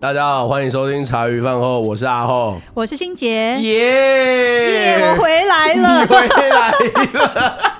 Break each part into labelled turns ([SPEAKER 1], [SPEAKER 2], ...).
[SPEAKER 1] 大家好，欢迎收听茶余饭后，我是阿后，
[SPEAKER 2] 我是欣杰，耶、
[SPEAKER 1] 耶
[SPEAKER 2] 哎我回来了，
[SPEAKER 1] 回来了，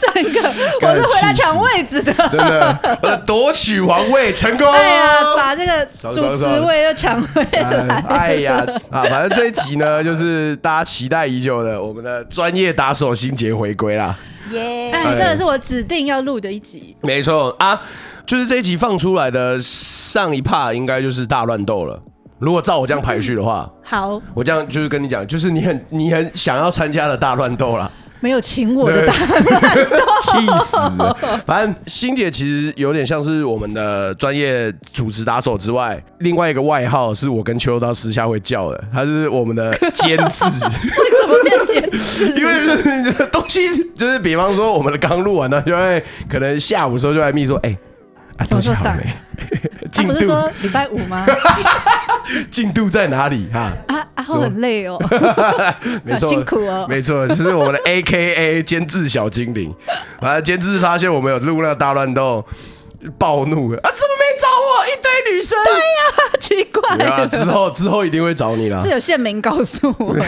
[SPEAKER 2] 整个我是回来抢位子的。
[SPEAKER 1] 真的，我夺取王位成功。
[SPEAKER 2] 哎呀，把这个
[SPEAKER 1] 少
[SPEAKER 2] 主持位又抢回来。
[SPEAKER 1] 哎呀啊！反正这一集呢，就是大家期待已久的我们的专业打手心杰回归啦。
[SPEAKER 3] 耶、
[SPEAKER 2] 哎，这个是我指定要录的一集。
[SPEAKER 1] 没错啊，就是这一集放出来的上一趴，应该就是大乱斗了。如果照我这样排序的话，
[SPEAKER 2] 好，
[SPEAKER 1] 我这样就是跟你讲，就是你很你很想要参加的大乱斗啦。
[SPEAKER 2] 没有请我的大
[SPEAKER 1] 气 死了！反正欣姐其实有点像是我们的专业主持打手之外，另外一个外号是我跟秋刀私下会叫的，她是我们的监 制，
[SPEAKER 2] 为什么这样解
[SPEAKER 1] 因为就是这东西就是比方说我们的刚录完呢，就会可能下午的时候就来密说，哎、啊，
[SPEAKER 2] 怎么说
[SPEAKER 1] 东西好了 没
[SPEAKER 2] 他
[SPEAKER 1] 进
[SPEAKER 2] 不是
[SPEAKER 1] 度
[SPEAKER 2] 说礼拜五吗？
[SPEAKER 1] 进度在哪里哈？
[SPEAKER 2] 啊，阿
[SPEAKER 1] 说
[SPEAKER 2] 后很 累哦。
[SPEAKER 1] 没错，
[SPEAKER 2] 啊辛苦哦
[SPEAKER 1] 没错，就是我们的 A K A 监制小精灵，反正监制发现我们有录那个大乱斗，暴怒啊！怎么没找我？一堆女生。
[SPEAKER 2] 奇怪
[SPEAKER 1] 对啊，
[SPEAKER 2] 了，
[SPEAKER 1] 之后之后一定会找你啦
[SPEAKER 2] 是。有县民告诉我的。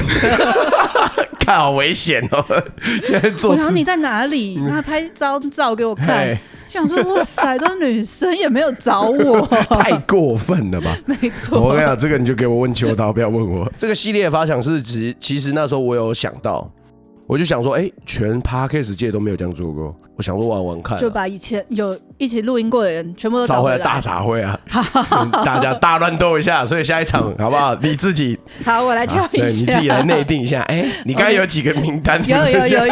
[SPEAKER 1] 看好危险哦， 现在做
[SPEAKER 2] 我
[SPEAKER 1] 事嗯
[SPEAKER 2] 想你在哪里？他拍张照给我看
[SPEAKER 1] 嘿，
[SPEAKER 2] 想说哇塞，都是女生也没有 找我，
[SPEAKER 1] 太过分 了吧？
[SPEAKER 2] 没
[SPEAKER 1] 我
[SPEAKER 2] 错
[SPEAKER 1] 跟你。讲，这个你就给我问秋刀，不要问我。这个系列的发想是指，其实那时候我有想到，我就想说，哎、全 p a r k a s 界都没有这样做过，我想说玩玩看啊、
[SPEAKER 2] 就把以前有一起录音过的人全部都
[SPEAKER 1] 找
[SPEAKER 2] 找
[SPEAKER 1] 回来
[SPEAKER 2] 来。
[SPEAKER 1] 大杂烩啊， 嗯大家大乱斗一下，所以下一场好不好？你自己，
[SPEAKER 2] 好，我来 跳一下。
[SPEAKER 1] 啊对，你自己来内定一下。哎，你刚才有几个名单？
[SPEAKER 2] 有有有有有，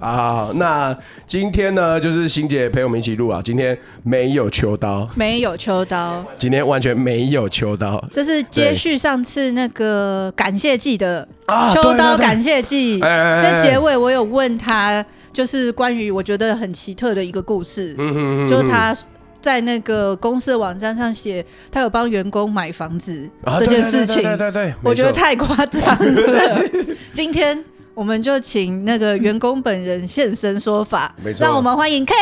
[SPEAKER 1] 啊！那今天呢，就是欣姐陪我们一起录啊。今天没有秋刀，
[SPEAKER 2] 没有秋刀，
[SPEAKER 1] 今天完全没有秋刀
[SPEAKER 2] 这是接续上次那个感谢季的
[SPEAKER 1] 啊
[SPEAKER 2] 秋刀
[SPEAKER 1] 对对对
[SPEAKER 2] 感谢季。
[SPEAKER 1] 哎哎哎
[SPEAKER 2] 那结尾我有问他，就是关于我觉得很奇特的一个故事，
[SPEAKER 1] 嗯
[SPEAKER 2] 就是他。在那个公司的网站上写，他有帮员工买房子、
[SPEAKER 1] 啊
[SPEAKER 2] 这件
[SPEAKER 1] 对对
[SPEAKER 2] 事情，
[SPEAKER 1] 对对对对，
[SPEAKER 2] 我觉得
[SPEAKER 1] 没错
[SPEAKER 2] 太夸张 了。今天我们就请那个员工本人现身说法
[SPEAKER 1] 没，错
[SPEAKER 2] 让我们欢迎 K。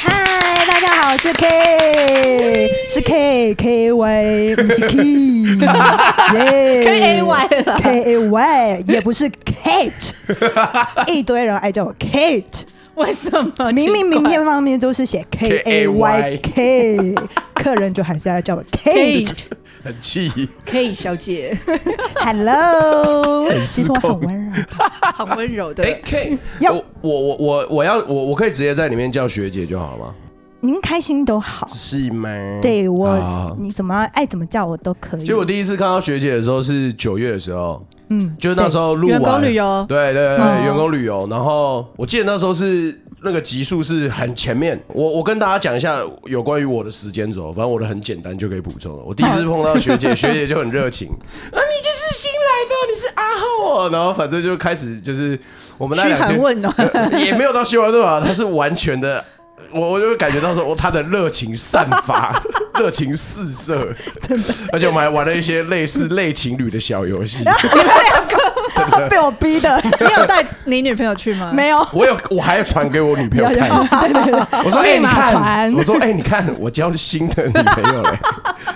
[SPEAKER 3] 嗨，大家好，我是 K，是 K K Y，不是 K，耶
[SPEAKER 2] K A Y 了
[SPEAKER 3] K A Y，也不是 Kate，一堆人爱叫我 Kate，
[SPEAKER 2] 为什么？
[SPEAKER 3] 明明
[SPEAKER 2] 奇怪
[SPEAKER 3] 名片方面都是写 K A Y K，客人就还是要叫我 Kate。
[SPEAKER 2] Kate
[SPEAKER 1] 很气，
[SPEAKER 2] K 小姐
[SPEAKER 3] Hello，其实我
[SPEAKER 1] 失控
[SPEAKER 3] 很温柔，
[SPEAKER 2] 很温柔的，
[SPEAKER 1] 哎 K，
[SPEAKER 3] 要
[SPEAKER 1] 我我我我我要我我可以直接在里面叫学姐就好了吗？
[SPEAKER 3] 您开心都好。
[SPEAKER 1] 是吗？
[SPEAKER 3] 对我
[SPEAKER 1] 好，
[SPEAKER 3] 你怎么爱怎么叫我都可以
[SPEAKER 1] 哦其实。我第一次看到学姐的时候是九月的时候，
[SPEAKER 3] 嗯，
[SPEAKER 1] 就是那时候录完
[SPEAKER 2] 员工旅游
[SPEAKER 1] 对对对，
[SPEAKER 2] 哦
[SPEAKER 1] 员工旅游。然后我记得那时候是那个集数是很前面，我我跟大家讲一下有关于我的时间轴，反正我的很简单就可以补充了。我第一次碰到学 姐，学姐就很热情，啊，你就是新来的，你是阿浩哦，然后反正就开始就是我们那
[SPEAKER 2] 嘘
[SPEAKER 1] 两
[SPEAKER 2] 寒
[SPEAKER 1] 天
[SPEAKER 2] 问暖。
[SPEAKER 1] 也没有到修完论啊，他是完全的，我我就会感觉到说，他的热情散发， 热情四射，真的。而且我们还玩了一些类似类情侣的小游戏。
[SPEAKER 3] 被我逼的，
[SPEAKER 2] 你有带你女朋友去吗？
[SPEAKER 3] 没有。
[SPEAKER 1] 我有，我还传给我女朋友看， 我说：“哎、
[SPEAKER 3] 立
[SPEAKER 1] 你
[SPEAKER 3] 马
[SPEAKER 1] 看，
[SPEAKER 3] 传
[SPEAKER 1] 我说：哎、你看，我交新的女朋友了。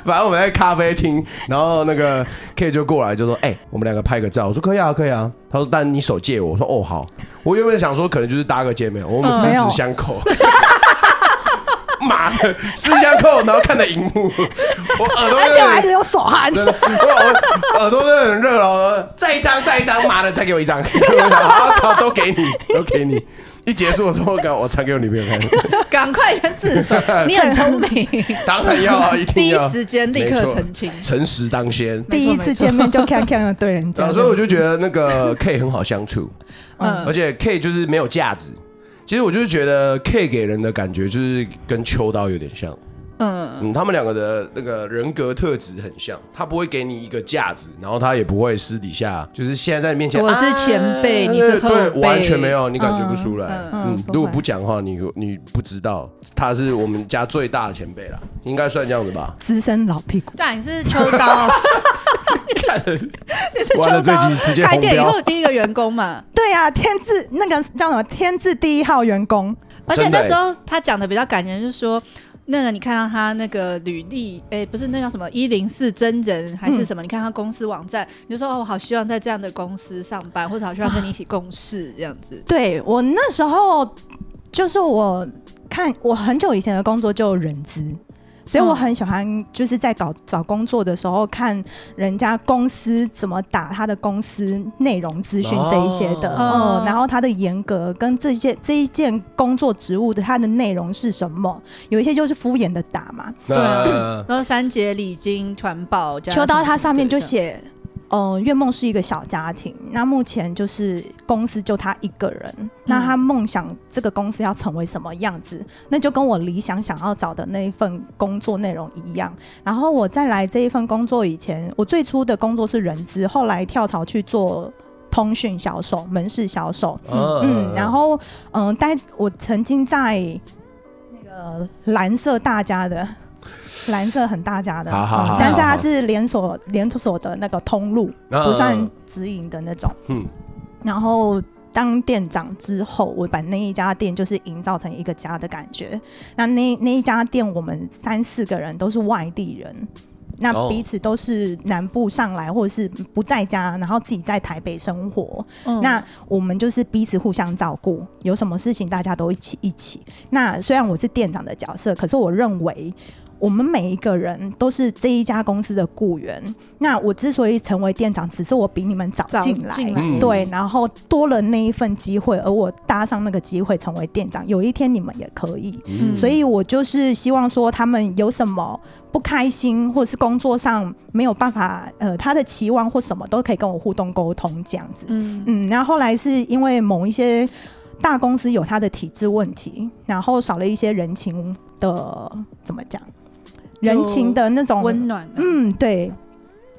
[SPEAKER 1] 反正我们在咖啡厅，然后那个 K 就过来就说：哎、我们两个拍个照。我说：可以啊，可以啊。他说：但你手借我。我说：哦，好。我原本想说可能就是搭个肩没有，我们十
[SPEAKER 3] 嗯没有
[SPEAKER 1] 指相扣。 妈的，十指相扣，然后看着荧幕，我耳朵
[SPEAKER 3] 而
[SPEAKER 1] 真
[SPEAKER 3] 且我还
[SPEAKER 1] 的
[SPEAKER 3] 流手汗，
[SPEAKER 1] 真的，我我耳朵真的很热哦。再一张，再一张，妈的，再给我一张， 好，好都给你，都给你。一结束的时候，我我传给我女朋友看。
[SPEAKER 2] 赶快先 自首，你很聪明，
[SPEAKER 1] 当然要啊，一定
[SPEAKER 2] 第一
[SPEAKER 1] 要
[SPEAKER 2] 时间立刻
[SPEAKER 1] 没错
[SPEAKER 2] 澄清。
[SPEAKER 1] 诚实当先。
[SPEAKER 3] 第一次见面就看看的对人
[SPEAKER 1] 啊
[SPEAKER 3] 家，
[SPEAKER 1] 所以我就觉得那个 K 很好相处，
[SPEAKER 2] 嗯
[SPEAKER 1] 而且 K 就是没有架子。其实我就是觉得 K 给人的感觉就是跟秋刀有点像，
[SPEAKER 2] 嗯，
[SPEAKER 1] 嗯，他们两个的那个人格特质很像，他不会给你一个架子，然后他也不会私底下就是现在在你面前，
[SPEAKER 2] 我是前辈，
[SPEAKER 1] 啊
[SPEAKER 2] 你是后
[SPEAKER 1] 对，
[SPEAKER 2] 辈，
[SPEAKER 1] 完全没。有，你感觉不出来，
[SPEAKER 2] 嗯
[SPEAKER 3] 嗯
[SPEAKER 1] 嗯
[SPEAKER 3] 嗯，不
[SPEAKER 1] 如果
[SPEAKER 3] 会
[SPEAKER 1] 不讲话，你你不知道他是我们家最大的前辈啦，应该算这样子吧。
[SPEAKER 3] 资深老屁股，
[SPEAKER 2] 对啊，你是秋刀，你是秋
[SPEAKER 1] 完了这
[SPEAKER 2] 刀
[SPEAKER 1] 集直接
[SPEAKER 2] 开
[SPEAKER 1] 红
[SPEAKER 2] 店以
[SPEAKER 1] 标
[SPEAKER 2] 后第一个员工嘛。
[SPEAKER 3] 对啊，天字那个叫什么天字第一号员工，
[SPEAKER 2] 而且
[SPEAKER 1] 真的
[SPEAKER 2] 那
[SPEAKER 1] 欸
[SPEAKER 2] 时候他讲的比较感人，就是说那个你看到他那个履历，哎、不是那叫什么一零四真人还是什
[SPEAKER 1] 嗯
[SPEAKER 2] 么？你看他公司网站，你就说哦，我好希望在这样的公司上班，或者好希望跟你一起共事这样子。
[SPEAKER 3] 对我那时候就是我看我很久以前的工作就有人资，所以我
[SPEAKER 2] 嗯
[SPEAKER 3] 很喜欢就是在搞找工作的时候看人家公司怎么打他的公司内容资讯这一些的，
[SPEAKER 2] 哦
[SPEAKER 3] 嗯，然后他的严格跟这些这一件工作职务的它的内容是什么，有一些就是敷衍的打嘛，
[SPEAKER 1] 那
[SPEAKER 2] 然后三节礼金团保，加
[SPEAKER 3] 秋刀它上面就
[SPEAKER 2] 什么
[SPEAKER 3] 写，呃，月梦是一个小家庭，那目前就是公司就他一个人，那他梦想这个公司要成为什么样子，那就跟我理想想要找的那一份工作内容一样。然后我在来这一份工作以前，我最初的工作是人资，后来跳槽去做通讯销售、门市销售，嗯，然后嗯、呃待我曾经在那个蓝色大家的。蓝色很大家的，
[SPEAKER 1] 好好好
[SPEAKER 3] 嗯但是
[SPEAKER 1] 好
[SPEAKER 3] 它
[SPEAKER 1] 好
[SPEAKER 3] 是连锁连锁的那个通路，不算直营的那种。
[SPEAKER 1] 嗯
[SPEAKER 3] 然后当店长之后，我把那一家店就是营造成一个家的感觉。那那那一家店，我们三四个人都是外地人。那
[SPEAKER 1] 哦
[SPEAKER 3] 彼此都是南部上来，或者是不在家，然后自己在台北生活。
[SPEAKER 2] 嗯
[SPEAKER 3] 那我们就是彼此互相照顾，有什么事情大家都一起一起。那虽然我是店长的角色，可是我认为我们每一个人都是这一家公司的雇员。那我之所以成为店长，只是我比你们早
[SPEAKER 2] 早
[SPEAKER 3] 进来，
[SPEAKER 2] 进来
[SPEAKER 1] 嗯
[SPEAKER 3] 对，然后多了那一份机会，而我搭上那个机会成为店长，有一天你们也可以。
[SPEAKER 1] 嗯
[SPEAKER 3] 所以我就是希望说，他们有什么不开心，或者是工作上没有办法，呃，他的期望或什么都可以跟我互动沟通这样子。
[SPEAKER 2] 嗯
[SPEAKER 3] 嗯，然后后来是因为某一些大公司有它的体制问题，然后少了一些人情的怎么讲，人情的那种
[SPEAKER 2] 温暖、嗯，
[SPEAKER 3] 嗯，对。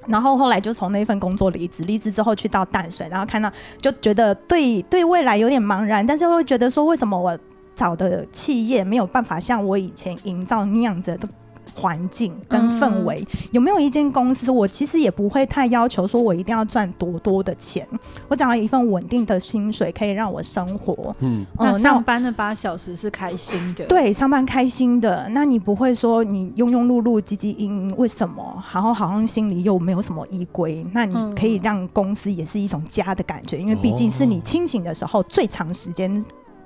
[SPEAKER 3] 然后后来就从那份工作离职，离职之后去到淡水，然后看到就觉得对对未来有点茫然，但是会觉得说为什么我找的企业没有办法像我以前营造那样子的环境跟氛围？有没有一间公司，我其实也不会太要求说我一定要赚多多的钱，我只要一份稳定的薪水可以让我生活。
[SPEAKER 1] 嗯
[SPEAKER 2] 那
[SPEAKER 3] 嗯那我
[SPEAKER 2] 上班的八小时是开心的，，
[SPEAKER 3] 对，上班开心的，那你不会说你庸庸碌碌、唧唧嘤嘤，为什么？然后好像心里又没有什么依归，那你可以
[SPEAKER 2] 嗯
[SPEAKER 3] 让公司也是一种家的感觉，因为毕竟是你
[SPEAKER 1] 哦
[SPEAKER 3] 清醒的时候最长时间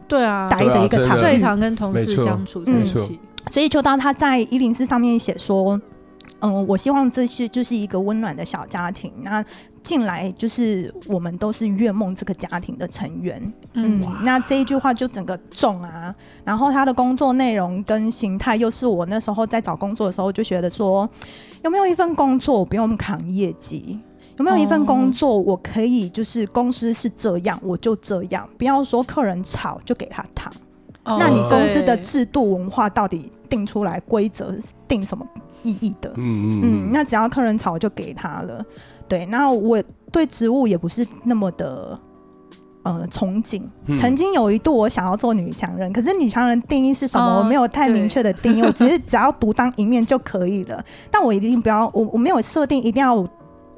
[SPEAKER 2] 对啊，
[SPEAKER 3] 待
[SPEAKER 1] 对啊
[SPEAKER 3] 的一个
[SPEAKER 1] 真
[SPEAKER 3] 场
[SPEAKER 1] 的
[SPEAKER 2] 最
[SPEAKER 3] 域。
[SPEAKER 2] 常跟同
[SPEAKER 1] 没
[SPEAKER 2] 事
[SPEAKER 1] 错
[SPEAKER 2] 相处在一
[SPEAKER 3] 没
[SPEAKER 1] 错
[SPEAKER 2] 起，
[SPEAKER 3] 所以就当他在一零四上面写说。嗯，我希望这是就是一个温暖的小家庭。那进来就是我们都是月梦这个家庭的成员，嗯
[SPEAKER 2] 嗯，
[SPEAKER 3] 那这一句话就整个重啊。然后他的工作内容跟形态，又是我那时候在找工作的时候就觉得说，有没有一份工作我不用扛业绩？有没有一份工作我可以就是公司是这样，我就这样，不要说客人吵就给他躺。
[SPEAKER 2] 哦
[SPEAKER 3] 那你公司的
[SPEAKER 2] 对
[SPEAKER 3] 制度文化到底定出来规则是定什么意义的？
[SPEAKER 1] 嗯
[SPEAKER 3] 嗯，
[SPEAKER 1] 嗯
[SPEAKER 3] 那只要客人吵就给他了。对，那我对植物也不是那么的。呃，憧憬
[SPEAKER 1] 嗯
[SPEAKER 3] 曾经有一度我想要做女强人，可是女强人定义是什么？
[SPEAKER 2] 哦
[SPEAKER 3] 我没有太明确的定义，我只是只要独当一面就可以了。但我一定不要，我我没有设定一定要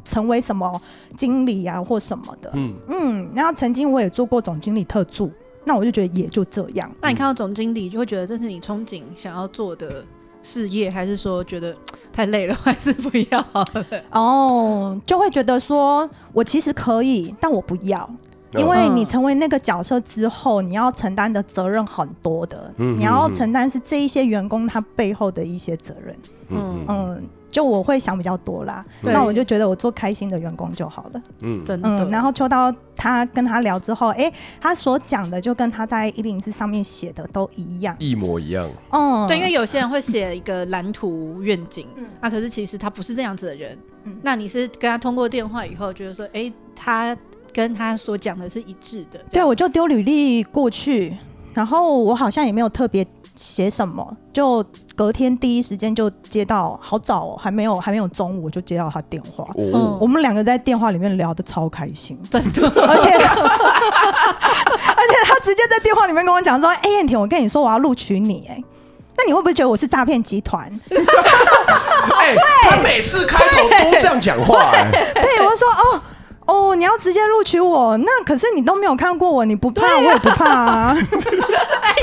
[SPEAKER 3] 成为什么经理啊或什么的。
[SPEAKER 1] 嗯
[SPEAKER 3] 嗯，然后曾经我也做过总经理特助，那我就觉得也就这样。
[SPEAKER 4] 嗯
[SPEAKER 2] 那你看到总经理，就会觉得这是你憧憬想要做的事业，还是说觉得太累了，还 是不要好 了？
[SPEAKER 3] 哦，就会觉得说我其实可以，但我不要，
[SPEAKER 1] 嗯
[SPEAKER 3] 因为你成为那个角色之后，你要承担的责任很多的，
[SPEAKER 1] 嗯
[SPEAKER 3] 你要
[SPEAKER 1] 嗯嗯
[SPEAKER 3] 承担是这一些员工他背后的一些责任。
[SPEAKER 1] 嗯嗯
[SPEAKER 3] 嗯，就我会想比较多啦，
[SPEAKER 1] 对
[SPEAKER 3] 那我就觉得我做开心的员工就好了。
[SPEAKER 1] 嗯
[SPEAKER 2] 真的，
[SPEAKER 3] 嗯，然后秋刀他跟他聊之后，哎、他所讲的就跟他在一零四上面写的都一样。
[SPEAKER 1] 一模一样，
[SPEAKER 3] 嗯，
[SPEAKER 2] 对，因为有些人会写一个蓝图愿景，
[SPEAKER 3] 嗯
[SPEAKER 2] 啊，可是其实他不是这样子的人。
[SPEAKER 3] 嗯
[SPEAKER 2] 那你是跟他通过电话以后，觉得说，哎，他跟他所讲的是一致的，这
[SPEAKER 3] 对，
[SPEAKER 2] 样
[SPEAKER 3] 我就丢履历过去，然后我好像也没有特别写什么，就隔天第一时间就接到，好早、哦，还没有还没有中午我就接到他电话，
[SPEAKER 1] 哦
[SPEAKER 3] 我们两个在电话里面聊得超开心，
[SPEAKER 4] 啊
[SPEAKER 2] 真的，
[SPEAKER 3] 而且 而且他直接在电话里面跟我讲说：“哎、燕婷，我跟你说我要录取你、哎，那你会不会觉得我是诈骗集团？”
[SPEAKER 1] 哎，他每次开头都这样讲话，哎
[SPEAKER 3] 对，我说：“哦。”哦，你要直接录取我，那可是你都没有看过我，你不怕，我也不怕啊。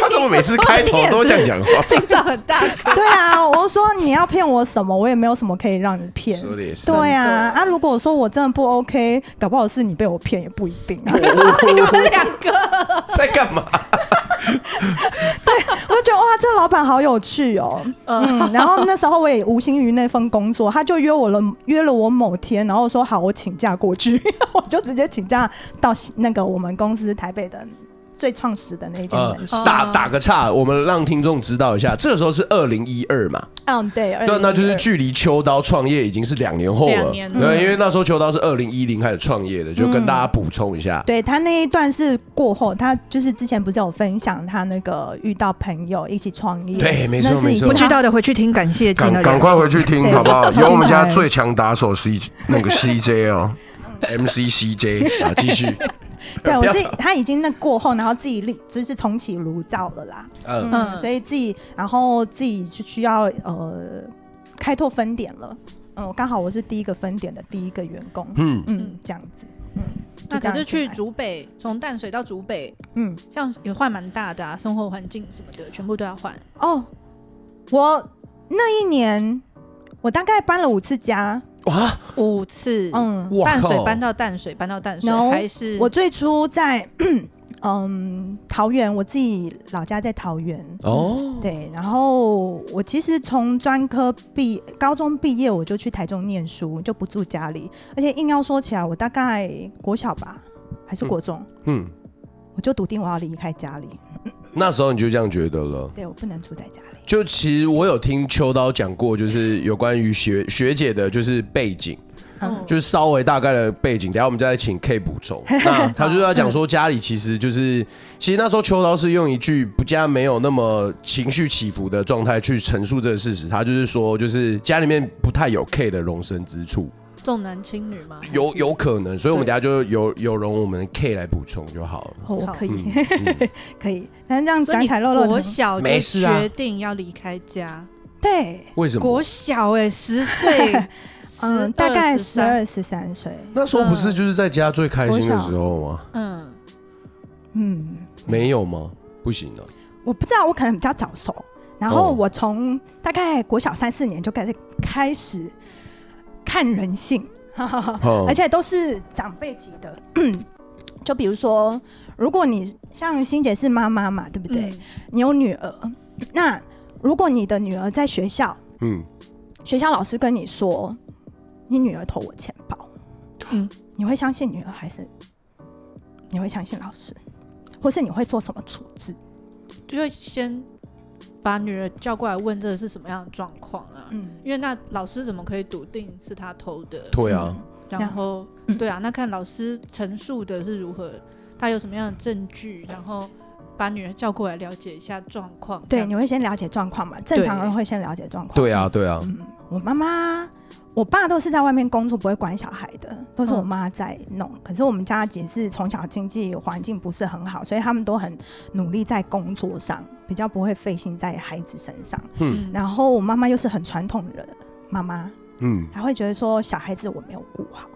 [SPEAKER 1] 他怎么每次开头都这样讲话？
[SPEAKER 2] 心脏很大。
[SPEAKER 3] 对啊，说你要骗我什么，我也没有什么可以让你骗。
[SPEAKER 1] 说的也是
[SPEAKER 3] 对呀、啊，啊，如果说我真的不 OK，搞不好是你被我骗也不一定啊。
[SPEAKER 2] 你们两个，
[SPEAKER 1] 在干嘛？
[SPEAKER 3] 我就觉得哇，这老板好有趣哦。嗯，然后那时候我也无心于那份工作，他就约我了，约了我某天，然后说好，我请假过去， 我就直接请假到那个我们公司台北的最创始的那一间
[SPEAKER 1] 呃
[SPEAKER 3] 门市。，
[SPEAKER 1] 打打个岔，我们让听众知道一下，这个时候是二零一二嘛，
[SPEAKER 3] 嗯，对，
[SPEAKER 1] 对，那就是
[SPEAKER 3] 2012
[SPEAKER 1] 距离秋刀创业已经是两年后了。
[SPEAKER 2] 两年了
[SPEAKER 1] 对，因为那时候秋刀是二零一零开始创业的，就跟大家补充一下。
[SPEAKER 3] 对他那一段是过后，他就是之前不是有分享他那个遇到朋友一起创业，
[SPEAKER 1] 对没错
[SPEAKER 3] 那是已
[SPEAKER 1] 没
[SPEAKER 3] 经
[SPEAKER 1] 错
[SPEAKER 4] 不知道的回去听，感谢金的人
[SPEAKER 1] 回去听
[SPEAKER 3] 对超精彩
[SPEAKER 1] 强打手 C 那个 CJ 哦，MC CJ 啊，继续。
[SPEAKER 3] 对
[SPEAKER 1] 不
[SPEAKER 3] 我
[SPEAKER 1] 要
[SPEAKER 3] 是
[SPEAKER 1] 吵
[SPEAKER 3] 他已经那过后，然后自己立就是重启炉灶了啦，
[SPEAKER 1] 嗯，
[SPEAKER 3] 嗯，所以自己然后自己就需要呃开拓分点了，嗯，刚好我是第一个分点的第一个员工，
[SPEAKER 1] 嗯
[SPEAKER 3] 嗯嗯，这样子，嗯，
[SPEAKER 2] 那
[SPEAKER 3] 这
[SPEAKER 2] 可
[SPEAKER 3] 样
[SPEAKER 2] 是去
[SPEAKER 3] 进来，
[SPEAKER 2] 竹北，从淡水到竹北，
[SPEAKER 3] 嗯，
[SPEAKER 2] 像也换蛮大的啊，生活环境什么的，全部都要换。
[SPEAKER 3] 哦，我那一年我大概搬了五次家，
[SPEAKER 1] 哇，
[SPEAKER 2] 五次，
[SPEAKER 3] 嗯，
[SPEAKER 1] 哇
[SPEAKER 2] 淡水
[SPEAKER 1] 靠
[SPEAKER 2] 搬到淡水，搬到淡水
[SPEAKER 3] No，
[SPEAKER 2] 还是
[SPEAKER 3] 我最初在 嗯桃园，我自己老家在桃园。
[SPEAKER 1] 哦，
[SPEAKER 3] 对，然后我其实从专科毕高中毕业，我就去台中念书，就不住家里。而且硬要说起来，我大概国小吧，还是国中，
[SPEAKER 1] 嗯，
[SPEAKER 3] 我就笃定我要离开家里，
[SPEAKER 1] 那时候你就这样觉得了。
[SPEAKER 3] 对我不能住在家里。
[SPEAKER 1] 就其实我有听秋刀讲过，就是有关于学学姐的，就是背景，
[SPEAKER 3] 嗯，
[SPEAKER 1] 就是稍微大概的背景，等一下我们再请 K 补 充。那他就是要讲说家里其实就是，其实那时候秋刀是用一句不加没有那么情绪起伏的状态去陈述这个事实。他就是说，就是家里面不太有 K 的容身之处，
[SPEAKER 2] 重男轻女吗？
[SPEAKER 1] 有有可能，所以我们等一下就有有容我们 K 来补充就好了。
[SPEAKER 3] 哦我可以
[SPEAKER 1] 嗯，嗯
[SPEAKER 3] 可以，但是这样
[SPEAKER 2] 所以
[SPEAKER 3] 讲
[SPEAKER 2] 你
[SPEAKER 3] 起来漏漏
[SPEAKER 2] 国
[SPEAKER 3] 的，
[SPEAKER 2] 小就
[SPEAKER 1] 没事啊
[SPEAKER 2] 决定要离开家，
[SPEAKER 3] 对，，
[SPEAKER 1] 为什么
[SPEAKER 2] 国？小哎，十岁
[SPEAKER 3] 嗯，大概十
[SPEAKER 2] 12，
[SPEAKER 3] 二十三岁，
[SPEAKER 1] 那时候不是就是在家最开心的
[SPEAKER 3] 国小
[SPEAKER 1] 时候吗？
[SPEAKER 2] 嗯，
[SPEAKER 3] 嗯，
[SPEAKER 1] 没有吗？不行啊的、
[SPEAKER 3] 我不知道，我可能比较早熟。然后
[SPEAKER 1] 哦
[SPEAKER 3] 我从大概国小三四年就开始开始看人 性，
[SPEAKER 1] 哦
[SPEAKER 3] 而且都是长辈级的。 就比如说，如果你像欣姐是妈妈嘛，对不对？
[SPEAKER 2] 嗯
[SPEAKER 3] 你有女儿，那如果你的女儿在学校，
[SPEAKER 1] 嗯，
[SPEAKER 3] 学校老师跟你说你女儿偷我钱包，
[SPEAKER 2] 嗯
[SPEAKER 3] 你会相信女儿还是你会相信老师，或是你会做什么处置？
[SPEAKER 2] 就会先把女儿叫过来问这是什么样的状况啊？
[SPEAKER 3] 嗯，
[SPEAKER 2] 因为那老师怎么可以笃定是他偷的？
[SPEAKER 1] 对啊，
[SPEAKER 2] 然后
[SPEAKER 3] 嗯
[SPEAKER 2] 对啊，那看老师陈述的是如何，他有什么样的证据，然后把女儿叫过来了解一下状况。这
[SPEAKER 3] 对，
[SPEAKER 2] 样
[SPEAKER 3] 你会先了解状况嘛？正常人会先了解状况。
[SPEAKER 1] 对啊，，对啊，
[SPEAKER 3] 嗯，我妈妈、我爸都是在外面工作，不会管小孩的，都是我
[SPEAKER 2] 嗯
[SPEAKER 3] 妈在弄。可是我哦们家也是从小经济环境不是很好，所以他们都很努力在工作上，比较不会费心在孩子身上。
[SPEAKER 1] 嗯
[SPEAKER 3] 然后我妈妈又是很传统人，妈妈
[SPEAKER 1] 嗯，
[SPEAKER 3] 她会觉得说小孩子我没有顾好，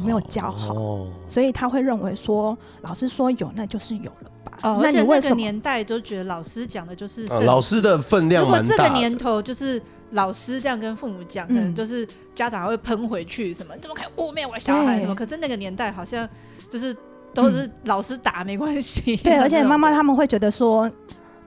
[SPEAKER 3] 我没有教好，
[SPEAKER 1] 哦，
[SPEAKER 3] 所以她会认为说老师说有那就是有了吧？
[SPEAKER 2] 哦，
[SPEAKER 3] 那
[SPEAKER 2] 而且
[SPEAKER 3] 你
[SPEAKER 2] 那
[SPEAKER 3] 为什
[SPEAKER 2] 个
[SPEAKER 3] 么？
[SPEAKER 2] 年代都觉得老师讲的就是
[SPEAKER 1] 呃
[SPEAKER 2] 圣
[SPEAKER 1] 老师的分量
[SPEAKER 2] 如果
[SPEAKER 1] 蛮
[SPEAKER 2] 这个
[SPEAKER 1] 大的。
[SPEAKER 2] 年头就是老师这样跟父母讲，可能
[SPEAKER 3] 嗯
[SPEAKER 2] 就是家长还会喷回去，什么你怎么可以污蔑我的小孩
[SPEAKER 3] 对嗯
[SPEAKER 2] 什么？可是那个年代好像就是都是老师打没关系。
[SPEAKER 3] 对，而且妈 妈
[SPEAKER 2] 那种
[SPEAKER 3] 他们会觉得说，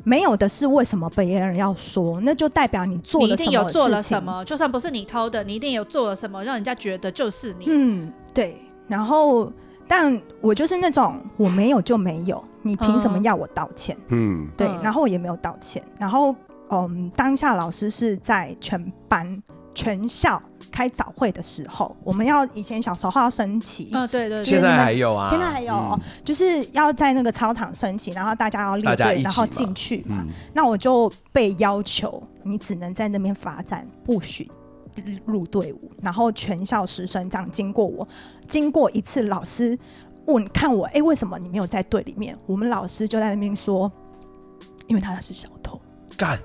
[SPEAKER 3] 没有的事为什么别人要说？那就代表你做
[SPEAKER 2] 你一
[SPEAKER 3] 了什
[SPEAKER 2] 定有
[SPEAKER 3] 么
[SPEAKER 2] 做了
[SPEAKER 3] 事
[SPEAKER 2] 什
[SPEAKER 3] 情。
[SPEAKER 2] 么，就算不是你偷的，你一定有做了什么，让人家觉得就是你。
[SPEAKER 3] 嗯，对。然后，但我就是那种我没有就没有，你凭什么
[SPEAKER 2] 嗯
[SPEAKER 3] 要我道歉？
[SPEAKER 1] 嗯，
[SPEAKER 3] 对，
[SPEAKER 2] 嗯
[SPEAKER 3] 然后我也没有道歉。然后，嗯，当下老师是在全班全校开早会的时候，我们要以前小时候要升旗。
[SPEAKER 2] 嗯，对对
[SPEAKER 1] 现
[SPEAKER 2] 对，
[SPEAKER 1] 在还有啊，
[SPEAKER 3] 现在还有、
[SPEAKER 1] 嗯
[SPEAKER 3] 就是要在那个操场升旗，然后大家要列
[SPEAKER 1] 大家一
[SPEAKER 3] 队，
[SPEAKER 1] 起
[SPEAKER 3] 然后
[SPEAKER 1] 嘛
[SPEAKER 3] 进去嘛。
[SPEAKER 1] 嗯，
[SPEAKER 3] 那我就被要求，你只能在那边罚站，不许入队伍。然后全校师生这样经过我，经过一次，老师问看我，哎、为什么你没有在队里面？我们老师就在那边说，因为他是小偷。
[SPEAKER 1] 干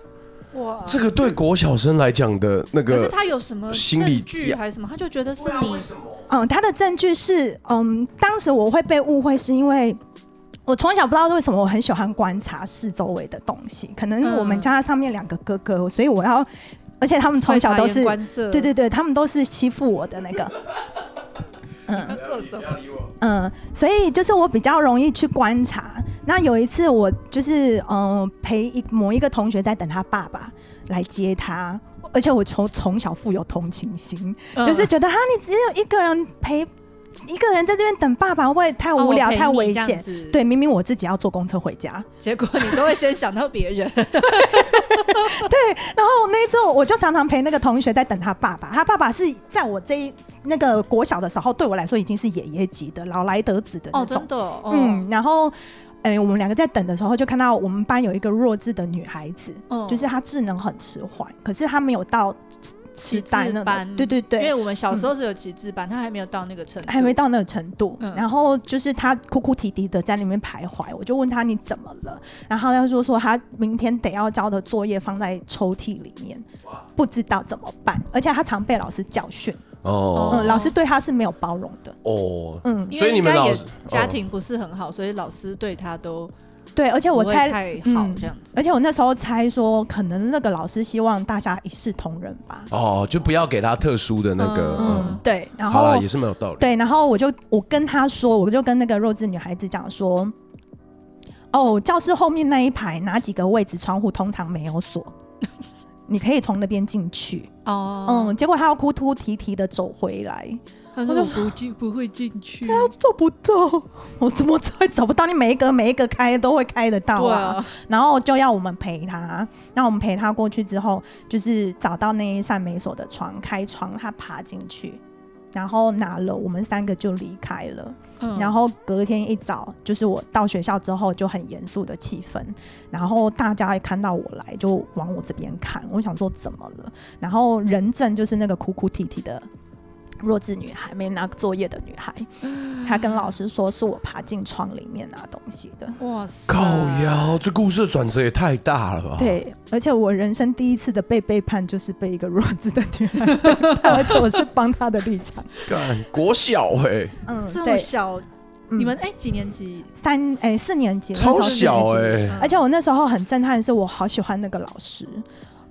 [SPEAKER 2] 哇，
[SPEAKER 1] 这个对国小生来讲的那
[SPEAKER 2] 可是
[SPEAKER 1] 个，
[SPEAKER 2] 他有什么
[SPEAKER 1] 心理
[SPEAKER 2] 证据还是什么？他就觉得是你
[SPEAKER 3] 嗯，他的证据是，嗯，当时我会被误会，是因为我从小不知道为什么我很喜欢观察四周围的东西，可能我们
[SPEAKER 2] 嗯
[SPEAKER 3] 家上面两个哥哥，所以我要而且他们从小都
[SPEAKER 2] 会察
[SPEAKER 3] 是
[SPEAKER 2] 言，观色，
[SPEAKER 3] 对对对，他们都是欺负我的那个。
[SPEAKER 2] 要做什么？
[SPEAKER 1] 理我。
[SPEAKER 3] 嗯，所以就是我比较容易去观察。那有一次我就是嗯、呃陪一某一个同学在等他爸爸来接他，而且我从从小富有同情心，
[SPEAKER 2] 嗯
[SPEAKER 3] 就是觉得哈，你只有一个人陪，一个人在这边等爸爸会太
[SPEAKER 2] 哦
[SPEAKER 3] 无聊、太危险。，对，，明明我自己要坐公车回家，
[SPEAKER 2] 结果你都会先想到别人，
[SPEAKER 3] 然后那一次我就常常陪那个同学在等他爸爸，他爸爸是在我这一那个国小的时候，对我来说已经是爷爷级的老来得子的那
[SPEAKER 2] 哦，
[SPEAKER 3] 种
[SPEAKER 2] 真。的哦，
[SPEAKER 3] 嗯，然后，哎、我们两个在等的时候，就看到我们班有一个弱智的女孩子，
[SPEAKER 2] 嗯
[SPEAKER 3] 就是她智能很迟缓，可是她没有到痴痴
[SPEAKER 2] 识
[SPEAKER 3] 呆那种，
[SPEAKER 2] 班，
[SPEAKER 3] 对对
[SPEAKER 2] 因为
[SPEAKER 3] 对，
[SPEAKER 2] 我们小时候是有极致班，他还没有到那个程度，
[SPEAKER 3] 还没到那个程度。
[SPEAKER 2] 嗯
[SPEAKER 3] 然后就是她哭哭啼啼的在里面徘徊，我就问她你怎么了，然后她就说她明天得要交的作业放在抽屉里面，不知道怎么办，而且她常被老师教训，
[SPEAKER 1] 哦
[SPEAKER 3] 嗯，老师对她是没有包容的，
[SPEAKER 1] 哦，
[SPEAKER 3] 嗯，
[SPEAKER 2] 因为
[SPEAKER 1] 所以你们
[SPEAKER 2] 应该
[SPEAKER 1] 老
[SPEAKER 2] 也
[SPEAKER 1] 师
[SPEAKER 2] 家庭不是很好，所以老师对他都
[SPEAKER 3] 对，而且我
[SPEAKER 2] 不会
[SPEAKER 3] 猜
[SPEAKER 2] 太好
[SPEAKER 3] 嗯
[SPEAKER 2] 这样子。
[SPEAKER 3] 而且我那时候猜说，可能那个老师希望大家一视同仁吧。
[SPEAKER 1] 哦，就不要给他特殊的那个。
[SPEAKER 2] 嗯
[SPEAKER 1] 嗯，
[SPEAKER 3] 嗯，对，然
[SPEAKER 1] 好
[SPEAKER 3] 后
[SPEAKER 1] 啦，也是蛮有道理。
[SPEAKER 3] 对，然后我就我跟他说，我就跟那个弱智女孩子讲说，哦，教室后面那一排哪几个位置窗户通常没有锁，你可以从那边进去。
[SPEAKER 2] 哦，
[SPEAKER 3] 嗯，结果他要哭哭啼啼的走回来，
[SPEAKER 2] 他说我不进不会进去，
[SPEAKER 3] 做不到，我怎么会找不到？你每一格每一个开都会开得到
[SPEAKER 2] 对
[SPEAKER 3] 啊。
[SPEAKER 2] 啊，
[SPEAKER 3] 然后就要我们陪他。那我们陪他过去之后，就是找到那一扇没锁的窗，开窗，他爬进去，然后拿了，我们三个就离开了。
[SPEAKER 2] 嗯
[SPEAKER 3] 然后隔天一早，就是我到学校之后就很严肃的气氛，然后大家一看到我来就往我这边看，我想说怎么了？然后人证就是那个哭哭啼啼的。弱智女孩，没拿作业的女孩，她跟老师说是我爬进窗里面拿东西的。
[SPEAKER 2] 哇塞，
[SPEAKER 1] 靠腰，这故事的转折也太大了吧？，
[SPEAKER 3] 对，而且我人生第一次的被背叛，就是被一个弱智的女孩背叛，而且我是帮她的立场。
[SPEAKER 1] 干国小哎，
[SPEAKER 3] 嗯，
[SPEAKER 2] 这么
[SPEAKER 3] 对，
[SPEAKER 2] 小，
[SPEAKER 3] 嗯
[SPEAKER 2] 你们哎几年级？
[SPEAKER 3] 三哎、四年级，那时候
[SPEAKER 1] 超
[SPEAKER 3] 四年
[SPEAKER 1] 小
[SPEAKER 3] 级
[SPEAKER 1] 哎，
[SPEAKER 3] 而且我那时候很震撼的是，我好喜欢那个老师。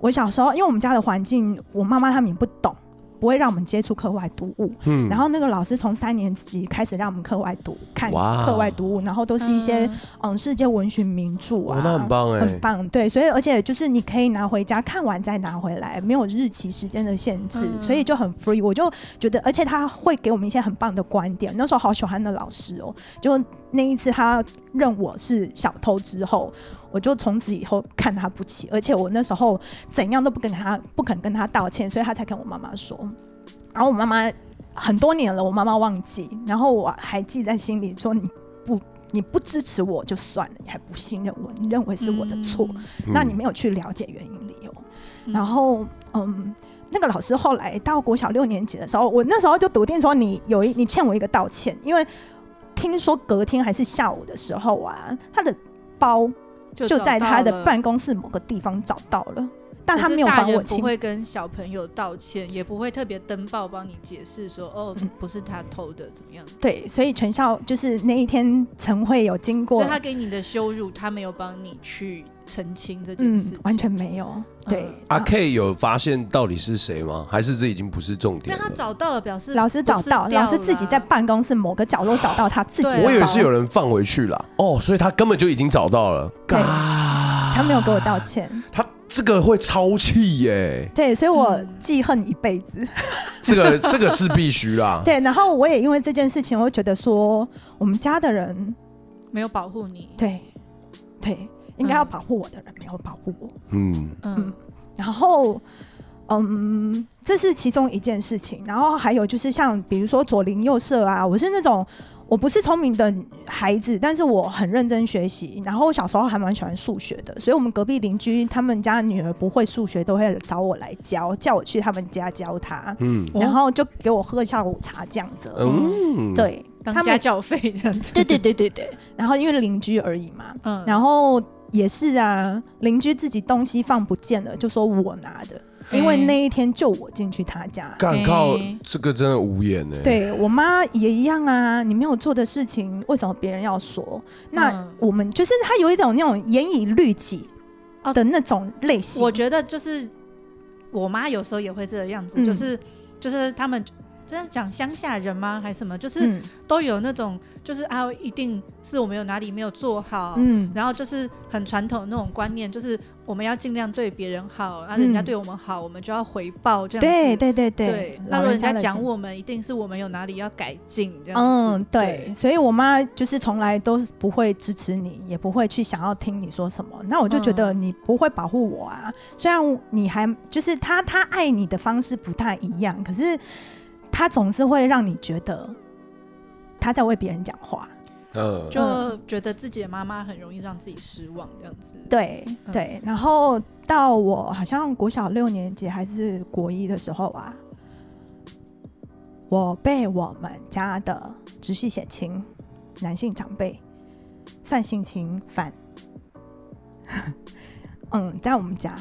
[SPEAKER 3] 我小时候，因为我们家的环境，我妈妈他们也不懂，不会让我们接触课外读物。
[SPEAKER 1] 嗯
[SPEAKER 3] 然后那个老师从三年级开始让我们课外读看
[SPEAKER 1] 哇
[SPEAKER 3] 课外读物，然后都是一些
[SPEAKER 2] 嗯
[SPEAKER 3] 嗯世界文学名著啊，
[SPEAKER 1] 哦那很棒哎
[SPEAKER 3] 很棒。对，所以而且就是你可以拿回家看完再拿回来，没有日期时间的限制，
[SPEAKER 2] 嗯
[SPEAKER 3] 所以就很 free。我就觉得，而且他会给我们一些很棒的观点。那时候好喜欢的老师哦，就那一次他认我是小偷之后。我就从此以后看他不起，而且我那时候怎样都不跟他不肯跟他道歉，所以他才跟我妈妈说。然后我妈妈很多年了，我妈妈忘记，然后我还记在心里，说你不你不支持我就算了，你还不信任我，你认为是我的错，，那
[SPEAKER 1] 嗯
[SPEAKER 3] 你没有去了解原因理由。
[SPEAKER 2] 嗯
[SPEAKER 3] 然后嗯，那个老师后来到国小六年级的时候，我那时候就笃定说你有一你欠我一个道歉，因为听说隔天还是下午的时候啊，他的包就
[SPEAKER 2] 嗯找
[SPEAKER 3] 在他
[SPEAKER 2] 到
[SPEAKER 3] 的
[SPEAKER 2] 了
[SPEAKER 3] 办公室某个地方找到了，但
[SPEAKER 2] 可
[SPEAKER 3] 他
[SPEAKER 2] 是
[SPEAKER 3] 没有
[SPEAKER 2] 大
[SPEAKER 3] 还
[SPEAKER 2] 人
[SPEAKER 3] 我
[SPEAKER 2] 不
[SPEAKER 3] 钱。
[SPEAKER 2] 会跟小朋友道歉，也不会特别登报帮你解释说哦
[SPEAKER 3] 嗯，
[SPEAKER 2] 不是他偷的，怎么样？
[SPEAKER 3] 对，所以全校就是那一天晨会有经
[SPEAKER 2] 所
[SPEAKER 3] 过
[SPEAKER 2] 以，他给你的羞辱，他没有帮你去澄清这件
[SPEAKER 3] 嗯
[SPEAKER 2] 事情，，嗯
[SPEAKER 3] 完全。没有。对，
[SPEAKER 1] 阿
[SPEAKER 3] 啊
[SPEAKER 1] K 有发现到底是谁吗？还是这已经不是重
[SPEAKER 2] 那
[SPEAKER 1] 点
[SPEAKER 2] 他
[SPEAKER 1] 了？
[SPEAKER 2] 找到了，表示
[SPEAKER 3] 老师找
[SPEAKER 2] 不
[SPEAKER 3] 到，
[SPEAKER 2] 是掉
[SPEAKER 3] 老师自己在
[SPEAKER 2] 啦
[SPEAKER 3] 办公室某个角落找到他自己的
[SPEAKER 2] 对啊
[SPEAKER 3] 包。
[SPEAKER 1] 我以为是有人放回去了，哦，所以他根本就已经找到了。
[SPEAKER 3] 对
[SPEAKER 1] 干
[SPEAKER 3] 他没有给我道歉。
[SPEAKER 1] 他这个会超气耶，
[SPEAKER 3] 对，所以我
[SPEAKER 2] 嗯
[SPEAKER 3] 记恨一辈子。
[SPEAKER 1] 这 个这个是必须啦。
[SPEAKER 3] 对，然后我也因为这件事情，我会觉得说，我们家的人，
[SPEAKER 2] 没有保护你。，
[SPEAKER 3] 对，对，应该要保护我的人没有保护我。
[SPEAKER 1] 嗯，
[SPEAKER 2] 嗯，
[SPEAKER 3] 然后，嗯，这是其中一件事情。然后还有就是像比如说左邻右舍啊，我是那种我不是聪明的孩子，但是我很认真学习。然后我小时候还蛮喜欢数学的，所以我们隔壁邻居他们家女儿不会数学，都会找我来教，叫我去他们家教她，
[SPEAKER 1] 嗯
[SPEAKER 2] 哦
[SPEAKER 3] 然后就给我喝下午茶这样子。
[SPEAKER 1] 嗯，，
[SPEAKER 3] 对，
[SPEAKER 2] 当
[SPEAKER 3] 他
[SPEAKER 2] 家
[SPEAKER 3] 们
[SPEAKER 2] 教费这样子。
[SPEAKER 3] 对对对对对。然后因为邻居而已嘛，
[SPEAKER 2] 嗯，
[SPEAKER 3] 然后也是啊，邻居自己东西放不见了，就说我拿的，因为那一天就我进去他家。
[SPEAKER 1] 干靠
[SPEAKER 2] 哎
[SPEAKER 1] 这个真的无言呢。，
[SPEAKER 3] 对我妈也一样啊，你没有做的事情，为什么别人要说？那
[SPEAKER 2] 嗯
[SPEAKER 3] 我们就是他有一种那种严以律己
[SPEAKER 2] 哦
[SPEAKER 3] 的那种类型。
[SPEAKER 2] 我觉得就是我妈有时候也会这个样子，
[SPEAKER 3] 嗯
[SPEAKER 2] 就是就是他们就是讲乡下人吗，还是什么，就是
[SPEAKER 3] 嗯
[SPEAKER 2] 都有那种就是啊，一定是我们有哪里没有做好，
[SPEAKER 3] 嗯
[SPEAKER 2] 然后就是很传统的那种观念，就是我们要尽量对别人好，然后人家对我们好，我们就要回报这样子。
[SPEAKER 3] 对对对
[SPEAKER 2] 对那
[SPEAKER 3] 老
[SPEAKER 2] 如果人
[SPEAKER 3] 人
[SPEAKER 2] 家
[SPEAKER 3] 的
[SPEAKER 2] 讲
[SPEAKER 3] 想
[SPEAKER 2] 我们，一定是我们有哪里要改进这样子。
[SPEAKER 3] 嗯，对，所以我妈就是从来都是不会支持你，也不会去想要听你说什么。那我就觉
[SPEAKER 2] 嗯
[SPEAKER 3] 得你不会保护我啊，虽然你还就是她，她爱你的方式不太一样，可是她总是会让你觉得她在为别人讲话。
[SPEAKER 1] 嗯，
[SPEAKER 2] 就觉得自己的妈妈很容易让自己失望这样子。
[SPEAKER 3] 对
[SPEAKER 2] 嗯
[SPEAKER 3] 对，然后到我好像国小六年级还是国一的时候啊，我被我们家的直系血亲男性长辈算性侵犯。 嗯，在我们家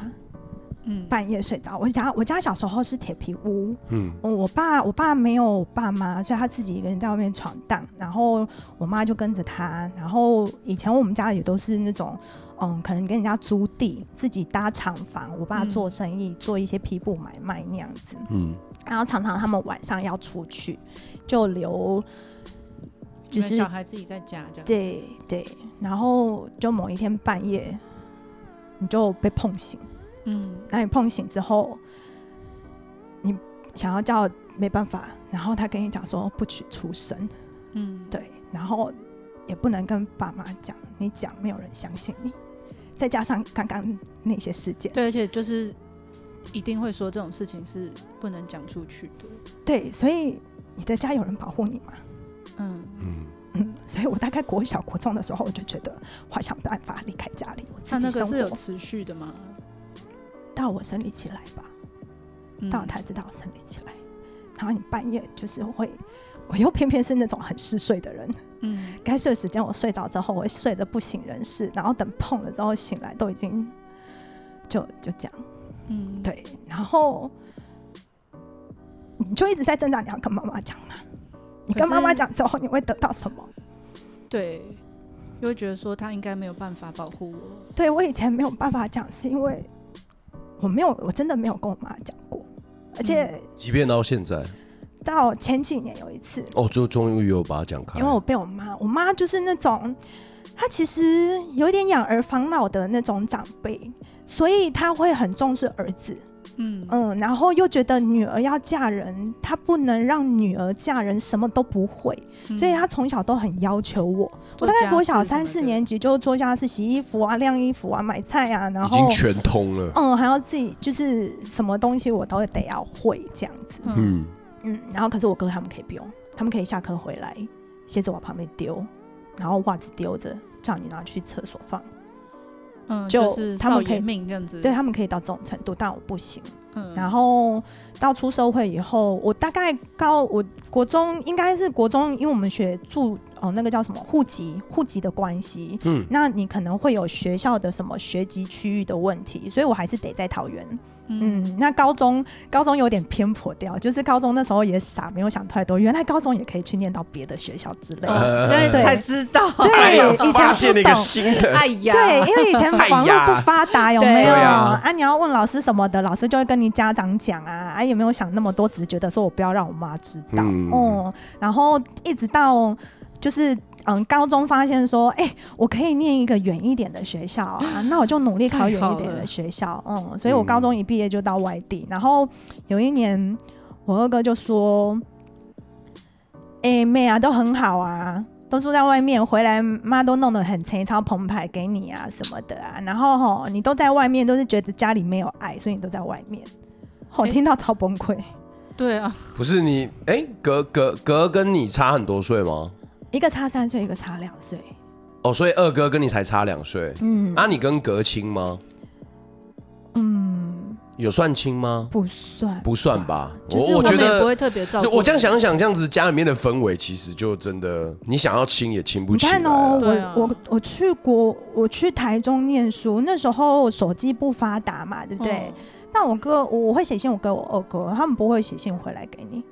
[SPEAKER 2] 嗯，
[SPEAKER 3] 半夜睡着，我家我家小时候是铁皮屋，
[SPEAKER 1] 嗯，
[SPEAKER 3] 我我爸我爸没有爸妈，所以他自己一个人在外面闯荡，然后我妈就跟着他。然后以前我们家也都是那种，嗯，可能跟人家租地，自己搭厂房，我爸
[SPEAKER 2] 嗯
[SPEAKER 3] 做生意，做一些批布买卖那样子。
[SPEAKER 1] 嗯，
[SPEAKER 3] 然后常常他们晚上要出去，就留
[SPEAKER 2] 你们
[SPEAKER 3] 就是
[SPEAKER 2] 小孩自己在家这样。
[SPEAKER 3] 对对，然后就某一天半夜，你就被碰醒。
[SPEAKER 2] 嗯
[SPEAKER 3] 那你碰醒之后，你想要叫没办法，然后他跟你讲说不许出声，
[SPEAKER 2] 嗯，
[SPEAKER 3] 对，然后也不能跟爸妈讲，你讲没有人相信你。再加上刚刚那些事件，
[SPEAKER 2] 对，而且就是一定会说这种事情是不能讲出去的。
[SPEAKER 3] 对，所以你的家有人保护你吗？
[SPEAKER 2] 嗯，
[SPEAKER 1] 嗯，
[SPEAKER 3] 嗯，所以我大概国小国中的时候，我就觉得我好想办法离开家里，我
[SPEAKER 2] 他
[SPEAKER 3] 自己
[SPEAKER 2] 那个
[SPEAKER 3] 生
[SPEAKER 2] 是有
[SPEAKER 3] 活。
[SPEAKER 2] 持续的吗？
[SPEAKER 3] 到我生理期来吧，
[SPEAKER 2] 嗯
[SPEAKER 3] 到我才知道我生理期来，然后你半夜就是会，我又偏偏是那种很嗜睡的人，
[SPEAKER 2] 嗯
[SPEAKER 3] 该睡的时间我睡着之后，我会睡得不省人事，然后等碰了之后醒来都已经就就这样
[SPEAKER 2] 嗯，
[SPEAKER 3] 对，然后你就一直在挣扎，你要跟妈妈讲嘛。你跟妈妈讲之后，你会得到什么？
[SPEAKER 2] 对，就会觉得说他应该没有办法保护我。
[SPEAKER 3] 对我以前没有办法讲，是因为我没有，我真的没有跟我妈讲过，而且
[SPEAKER 1] 即便到现在，
[SPEAKER 3] 到前几年有一次，
[SPEAKER 1] 哦，就终于有把它讲开，
[SPEAKER 3] 因为我被我妈，我妈就是那种，她其实有点养儿防老的那种长辈，所以她会很重视儿子，
[SPEAKER 2] 嗯
[SPEAKER 3] 嗯，然后又觉得女儿要嫁人，她不能让女儿嫁人什么都不会，
[SPEAKER 2] 嗯
[SPEAKER 3] 所以她从小都很要求我。我
[SPEAKER 2] 做
[SPEAKER 3] 大概
[SPEAKER 2] 家
[SPEAKER 3] 国
[SPEAKER 2] 事
[SPEAKER 3] 小
[SPEAKER 2] 什么
[SPEAKER 3] 三四
[SPEAKER 2] 的
[SPEAKER 3] 年级就做家事，洗衣服啊、晾衣服啊、买菜啊，然
[SPEAKER 1] 已经
[SPEAKER 3] 后
[SPEAKER 1] 全通了，
[SPEAKER 3] 嗯，还要自己就是什么东西我都得要会这样子。
[SPEAKER 2] 嗯
[SPEAKER 1] 嗯，
[SPEAKER 3] 嗯，然后可是我哥他们可以不用，他们可以下课回来，鞋子往旁边丢，然后袜子丢着，叫你拿去厕所放。
[SPEAKER 2] 嗯，
[SPEAKER 3] 就是他们
[SPEAKER 2] 少
[SPEAKER 3] 可以
[SPEAKER 2] 爷命这样子。
[SPEAKER 3] 对他们可以到这种程度，但我不行。
[SPEAKER 2] 嗯，
[SPEAKER 3] 然后到出社会以后，我大概高我国中应该是国中，因为我们学住哦那个叫什么户籍户籍的关系，
[SPEAKER 1] 嗯
[SPEAKER 3] 嗯，那你可能会有学校的什么学籍区域的问题，所以我还是得在桃园。嗯，那高中高中有点偏颇掉，就是高中那时候也傻，没有想太多，原来高中也可以去念到别的学校之类的。
[SPEAKER 2] 哦
[SPEAKER 1] 呃
[SPEAKER 2] 现在
[SPEAKER 3] 对
[SPEAKER 2] 才知道。
[SPEAKER 3] 对
[SPEAKER 1] 哎呀
[SPEAKER 3] 以前
[SPEAKER 1] 发
[SPEAKER 3] 不
[SPEAKER 1] 现了一个
[SPEAKER 3] 懂
[SPEAKER 1] 新的，
[SPEAKER 2] 哎呀，
[SPEAKER 3] 对，因为以前
[SPEAKER 1] 哎
[SPEAKER 3] 网络
[SPEAKER 1] 呀
[SPEAKER 3] 不发达，有没有？
[SPEAKER 1] 对啊
[SPEAKER 3] 啊你要问老师什么的，老师就会跟你家长讲啊，啊，也没有想那么多，只是觉得说我不要让我妈知道，
[SPEAKER 1] 嗯
[SPEAKER 3] 哦、然后一直到就是。嗯，高中发现说，哎、我可以念一个远一点的学校啊，那我就努力考远一点的学校。嗯，所以我高中一毕业就到外地，然后有一年我二哥就说：“哎、妹啊，都很好啊，都住在外面，回来妈都弄得很陈超澎湃给你啊什么的啊。然后吼，你都在外面，都是觉得家里没有爱，所以你都在外面。我、
[SPEAKER 2] 哎
[SPEAKER 3] 听到超崩溃，
[SPEAKER 2] 对啊，
[SPEAKER 1] 不是你，哎，格格格跟你差很多岁吗？
[SPEAKER 3] 一个差三岁，一个差两岁。
[SPEAKER 1] 哦，所以二哥跟你才差两岁，
[SPEAKER 3] 嗯
[SPEAKER 1] 啊，你跟格亲吗？
[SPEAKER 3] 嗯，
[SPEAKER 1] 有算亲吗？
[SPEAKER 3] 不算，
[SPEAKER 1] 不算吧，
[SPEAKER 3] 就是
[SPEAKER 1] 我我
[SPEAKER 2] 他
[SPEAKER 1] 觉
[SPEAKER 2] 们也
[SPEAKER 1] 得
[SPEAKER 2] 不会特别照顾。
[SPEAKER 1] 我这样，想想，这样子家里面的氛围，其实就真的，你想要亲也亲不
[SPEAKER 3] 你
[SPEAKER 1] 起来
[SPEAKER 3] 看
[SPEAKER 1] 啊。
[SPEAKER 3] 哦，
[SPEAKER 2] 对啊
[SPEAKER 3] 我我我去国，我去台中念书，那时候手机不发达嘛，
[SPEAKER 2] 嗯
[SPEAKER 3] 对不对？那我哥，我我会写信，我给我二哥，他们不会写信回来给你，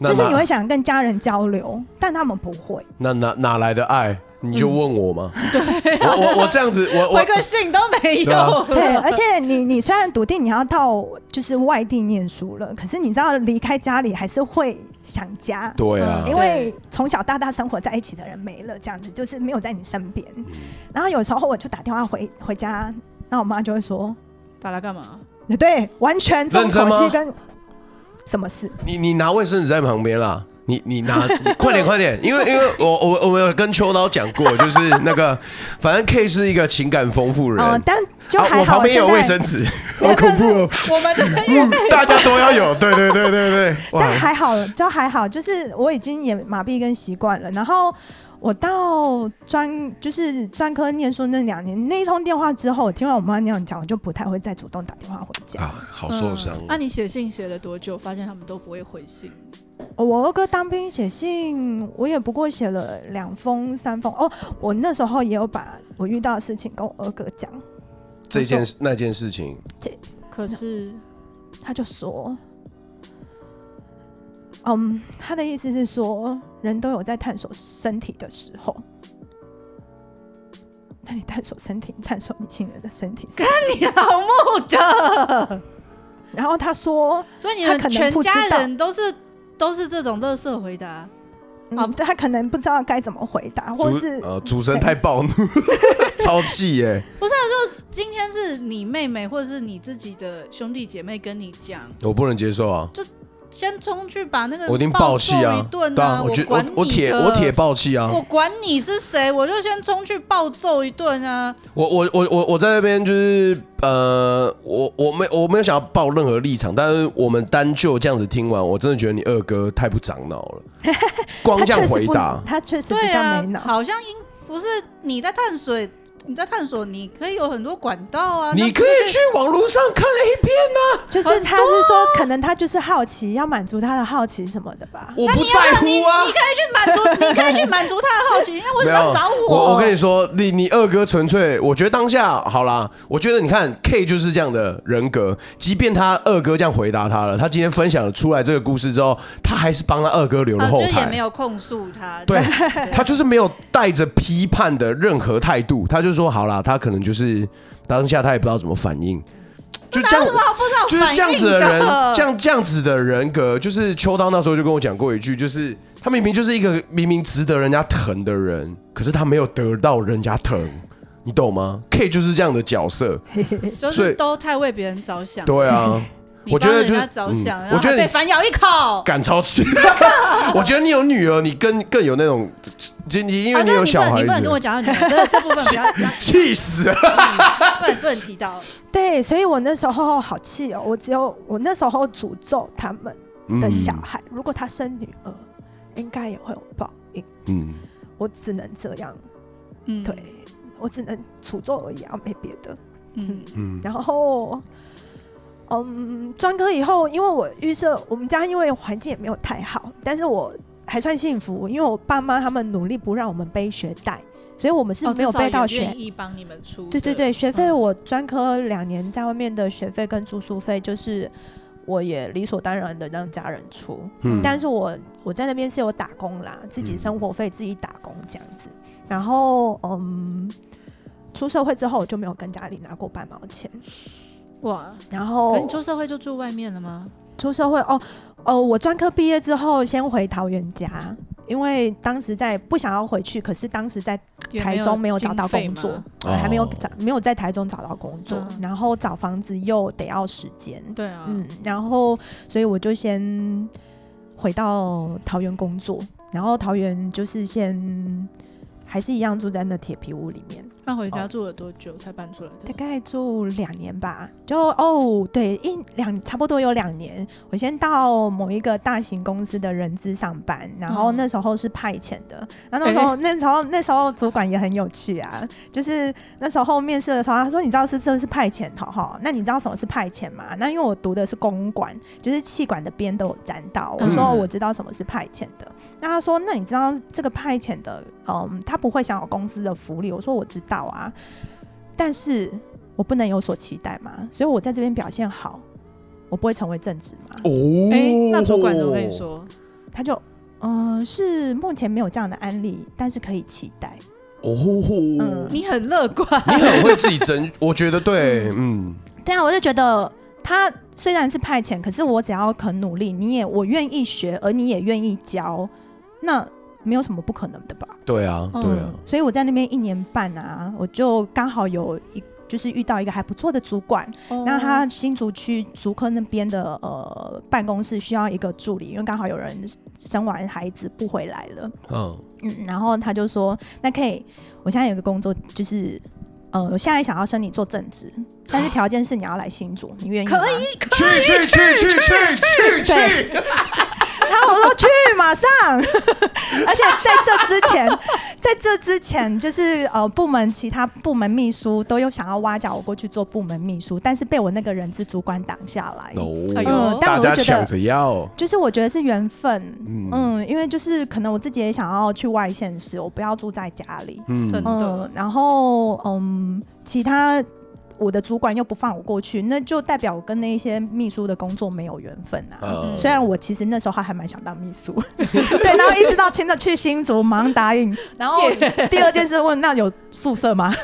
[SPEAKER 1] 那
[SPEAKER 3] 就是你
[SPEAKER 1] 哪
[SPEAKER 3] 会想跟家人交流，但他们不会。
[SPEAKER 1] 那哪哪来的爱？你
[SPEAKER 3] 嗯
[SPEAKER 1] 就问我 嘛。对，
[SPEAKER 3] 啊
[SPEAKER 1] 我我我这样子，我
[SPEAKER 2] 回
[SPEAKER 1] 我
[SPEAKER 2] 个信都没
[SPEAKER 1] 对啊
[SPEAKER 2] 有。
[SPEAKER 3] 对，而且你你虽然笃定你要到就是外地念书了，可是你知道离开家里还是会想家。
[SPEAKER 1] 对啊
[SPEAKER 3] 嗯，因为从小到大生活在一起的人没了，这样子就是没有在你身边。
[SPEAKER 1] 嗯
[SPEAKER 3] 然后有时候我就打电话回回家，那我妈就会说
[SPEAKER 2] 打来干嘛？：“
[SPEAKER 3] 对，完全这种
[SPEAKER 1] 认真
[SPEAKER 3] 口
[SPEAKER 1] 吗
[SPEAKER 3] 气跟什么事？
[SPEAKER 1] 你你拿卫生纸在旁边啦。你你拿你快点快点，因为因为我我我我有跟秋刀讲过，就是那个，反正 K 是一个情感丰富人，
[SPEAKER 3] 嗯，但就
[SPEAKER 1] 啊
[SPEAKER 3] 还
[SPEAKER 1] 我
[SPEAKER 3] 好。
[SPEAKER 1] 旁边有卫
[SPEAKER 3] 现
[SPEAKER 1] 生
[SPEAKER 3] 在
[SPEAKER 1] 纸，好恐怖哦，
[SPEAKER 2] 我们这边也
[SPEAKER 1] 大家都要有，对对对对对，哇
[SPEAKER 3] 但，还好，就还好，就是我已经也麻痹跟习惯了。然后我到专就是专科念书那两年，那一通电话之后，我听完我妈那样讲，我就不太会再主动打电话回家。
[SPEAKER 1] 啊，好受伤
[SPEAKER 3] 嗯
[SPEAKER 2] 那、嗯你写信写了多久？发现他们都不会回信。
[SPEAKER 3] 我二哥当兵写信，我也不过写了两封三封。哦，我那时候也有把我遇到的事情跟我二哥讲，
[SPEAKER 1] 这件事那件事情，
[SPEAKER 2] 可是
[SPEAKER 3] 他就说。嗯，他的意思是说，人都有在探索身体的时候。那你探索身体，探索你亲人的身体是什么。
[SPEAKER 2] 你扫墓的，
[SPEAKER 3] 然后他说，
[SPEAKER 2] 所以你
[SPEAKER 3] 他可
[SPEAKER 2] 们
[SPEAKER 3] 能
[SPEAKER 2] 全
[SPEAKER 3] 不知道
[SPEAKER 2] 家人都是都是这种乐色回答。
[SPEAKER 3] 嗯
[SPEAKER 2] 啊
[SPEAKER 3] 他可能不知道该怎么回答，或
[SPEAKER 1] 主
[SPEAKER 3] 是
[SPEAKER 1] 呃主持人太暴怒， 超气耶，
[SPEAKER 2] 今天是你妹妹或者是你自己的兄弟姐妹跟你讲，
[SPEAKER 1] 我不能接受啊，
[SPEAKER 2] 先冲去把那个
[SPEAKER 1] 我一定暴气
[SPEAKER 2] 揍
[SPEAKER 1] 啊
[SPEAKER 2] 一，顿
[SPEAKER 1] 对啊，
[SPEAKER 2] 我
[SPEAKER 1] 我觉
[SPEAKER 2] 管
[SPEAKER 1] 我
[SPEAKER 2] 你
[SPEAKER 1] 我铁
[SPEAKER 2] 的
[SPEAKER 1] 我铁暴气啊，
[SPEAKER 2] 我管你是谁，我就先冲去暴揍一顿啊！
[SPEAKER 1] 我我我我我在那边就是呃，我我没我没有想要抱任何立场，但是我们单就这样子听完，我真的觉得你二哥太不长脑了，光
[SPEAKER 3] 他
[SPEAKER 1] 这样
[SPEAKER 3] 确实
[SPEAKER 1] 回
[SPEAKER 3] 不，
[SPEAKER 1] 答，
[SPEAKER 3] 他确实
[SPEAKER 2] 对
[SPEAKER 3] 比较
[SPEAKER 2] 啊
[SPEAKER 3] 没，脑。
[SPEAKER 2] 好像应不是你在探索，你在探索，你可以有很多管道啊，
[SPEAKER 1] 你
[SPEAKER 2] 那
[SPEAKER 1] 可
[SPEAKER 2] 不
[SPEAKER 1] 以
[SPEAKER 2] 是
[SPEAKER 1] 去网络上看 A 片呐、
[SPEAKER 3] 就是他是说，可能他就是好奇，要满足他的好奇什么的吧。
[SPEAKER 1] 我不在乎啊。
[SPEAKER 2] 可以去满足，你可以去满足他的好奇，那为什么要找
[SPEAKER 1] 我我跟你说，你你二哥纯粹，我觉得当下好啦，我觉得你看 K 就是这样的人格，即便他二哥这样回答他了，他今天分享出来这个故事之后，他还是帮他二哥留了
[SPEAKER 2] 啊，
[SPEAKER 1] 后
[SPEAKER 2] 就是也
[SPEAKER 1] 台
[SPEAKER 2] 没。有控诉他，
[SPEAKER 1] 对， 他就是没有带着批判的任何态度，他就说好啦，他可能就是当下他也不知道怎么反应，就 这样，
[SPEAKER 2] 他不知 道
[SPEAKER 1] 就是这样子的
[SPEAKER 2] 反应
[SPEAKER 1] 人，这 样这样子的人格，就是秋刀那时候就跟我讲过一句，就是他明明就是一个明明值得人家疼的人，可是他没有得到人家疼，你懂吗？K 就是这样的角色，
[SPEAKER 2] 嗯就
[SPEAKER 1] 所以
[SPEAKER 2] 是都太为别人着想，
[SPEAKER 1] 对啊，
[SPEAKER 2] 你
[SPEAKER 1] 我觉
[SPEAKER 2] 帮
[SPEAKER 1] 得
[SPEAKER 2] 人
[SPEAKER 1] 就是
[SPEAKER 2] 家着想，
[SPEAKER 1] 嗯
[SPEAKER 2] 然后
[SPEAKER 1] 我觉得
[SPEAKER 2] 还被
[SPEAKER 1] 你
[SPEAKER 2] 反咬一口。
[SPEAKER 1] 赶超期， 我觉得你有女儿，你更更有那种，就你因为
[SPEAKER 2] 啊，
[SPEAKER 1] 你
[SPEAKER 2] 对，
[SPEAKER 1] 有
[SPEAKER 2] 你不
[SPEAKER 1] 小
[SPEAKER 2] 能，
[SPEAKER 1] 孩
[SPEAKER 2] 你不能跟我
[SPEAKER 1] 子，
[SPEAKER 2] 讲 到女儿，这这部分不要，不要
[SPEAKER 1] 气死了。
[SPEAKER 2] 不能不能提到。
[SPEAKER 3] 对，所以我那时候好气哦，我只有我那时候诅咒他们
[SPEAKER 1] 嗯
[SPEAKER 3] 的小
[SPEAKER 2] 嗯
[SPEAKER 3] 孩，如果他生女儿，应该也会有报应。
[SPEAKER 1] 嗯，嗯
[SPEAKER 3] 我只能这样，
[SPEAKER 2] 嗯，
[SPEAKER 3] 对、我只能诅咒而已啊，没别的。
[SPEAKER 2] 嗯，
[SPEAKER 1] 嗯，
[SPEAKER 3] 然后，嗯，专科以后，因为我预设我们家因为环境也没有太好，但是我还算幸福，因为我爸妈他们努力不让我们背学贷，所以我
[SPEAKER 2] 哦
[SPEAKER 3] 们是哦没有背到学。
[SPEAKER 2] 意帮你们出。
[SPEAKER 3] 对对对，学费
[SPEAKER 2] 嗯
[SPEAKER 3] 我专科两年在外面的学费跟住宿费，就是我也理所当然的让家人出。
[SPEAKER 1] 嗯
[SPEAKER 3] 但是我我在那边是有打工啦，自己
[SPEAKER 1] 嗯
[SPEAKER 3] 生活费自己打工这样子。然后嗯，出社会之后我就没有跟家里拿过半毛钱。
[SPEAKER 2] 哇，
[SPEAKER 3] 然
[SPEAKER 2] 可
[SPEAKER 3] 后
[SPEAKER 2] 你出社会就住外面了吗？
[SPEAKER 3] 出社会哦哦，我专科毕业之后先回桃园家，因为当时在不想要回去，可是当时在
[SPEAKER 2] 也
[SPEAKER 3] 台中没有找到
[SPEAKER 2] 经费
[SPEAKER 3] 工作
[SPEAKER 2] 吗，
[SPEAKER 1] 哦
[SPEAKER 3] 还没有找没有在台中找到工作，
[SPEAKER 2] 嗯
[SPEAKER 3] 然后找房子又得要时间，
[SPEAKER 2] 对啊，
[SPEAKER 3] 嗯，然后所以我就先回到桃园工作，然后桃园就是先还是一样住在那铁皮屋里面，
[SPEAKER 2] 那回家住了多久才搬出来
[SPEAKER 3] 大
[SPEAKER 2] 的？
[SPEAKER 3] 概住两年吧，就哦，对，一两差不多有两年。我先到某一个大型公司的人资上班，然后
[SPEAKER 2] 嗯
[SPEAKER 3] 那时候是派遣的，然后那时候、那时候那时候主管也很有趣啊，就是那时候面试的时候，他说你知道是这是派遣哈哈，那你知道什么是派遣吗？那因为我读的是公管，就是气管的边都有沾到，我说
[SPEAKER 1] 嗯
[SPEAKER 3] 我知道什么是派遣的，那他说那你知道这个派遣的，嗯，他不会享有公司的福利，我说我知道啊。但是我不能有所期待嘛，所以我在这边表现好，我不会成为正职嘛。
[SPEAKER 1] 哦
[SPEAKER 2] 哎，那主管怎么跟你？说？
[SPEAKER 3] 呃他就，嗯、是目前没有这样的案例，但是可以期待。
[SPEAKER 1] 哦呼呼，
[SPEAKER 3] 嗯
[SPEAKER 1] 你
[SPEAKER 2] 你很乐观，
[SPEAKER 1] 很会自己争，我觉得对，嗯，
[SPEAKER 3] 对啊，我就觉得他虽然是派遣，可是我只要肯努力，你也我愿意学，而你也愿意教，那没有什么不可能的吧？
[SPEAKER 1] 对啊，对啊，
[SPEAKER 2] 嗯
[SPEAKER 3] 所以我在那边一年半啊，我就刚好有一就是遇到一个还不错的主管， 那
[SPEAKER 2] 哦
[SPEAKER 3] 他新竹区竹科那边的呃办公室需要一个助理，因为刚好有人生完孩子不回来了，
[SPEAKER 1] 嗯，
[SPEAKER 3] 嗯，然后他就说，那可以，我现在有个工作就是。呃，我现在想要升你做正职，但是条件是你要来新竹，你愿意吗？
[SPEAKER 2] 可
[SPEAKER 1] 去
[SPEAKER 2] 以
[SPEAKER 1] 去去去去去去，
[SPEAKER 3] 然后我说去，马上。 而且在这之前， 在这之前，就是呃，部门其他部门秘书都有想要挖角我过去做部门秘书，但是被我那个人资主管挡下来。
[SPEAKER 2] 哎
[SPEAKER 1] 哦，
[SPEAKER 2] 呦
[SPEAKER 3] 嗯，但
[SPEAKER 1] 大
[SPEAKER 3] 我就
[SPEAKER 1] 家
[SPEAKER 3] 觉
[SPEAKER 1] 抢
[SPEAKER 3] 得，
[SPEAKER 1] 着要，
[SPEAKER 3] 就是我觉得是缘分。
[SPEAKER 1] 嗯
[SPEAKER 3] 嗯，因为就是可能我自己也想要去外县市，我不要住在家里。
[SPEAKER 1] 嗯，
[SPEAKER 2] 真的
[SPEAKER 3] 嗯，然后嗯，其他我的主管又不放我过去，那就代表我跟那一些秘书的工作没有缘分啊。
[SPEAKER 1] 呃
[SPEAKER 3] 虽然我其实那时候还还蛮想当秘书， 对，然后一直到真的去新竹忙 答应，然后
[SPEAKER 1] 啊
[SPEAKER 3] 第二件事问那有宿舍吗？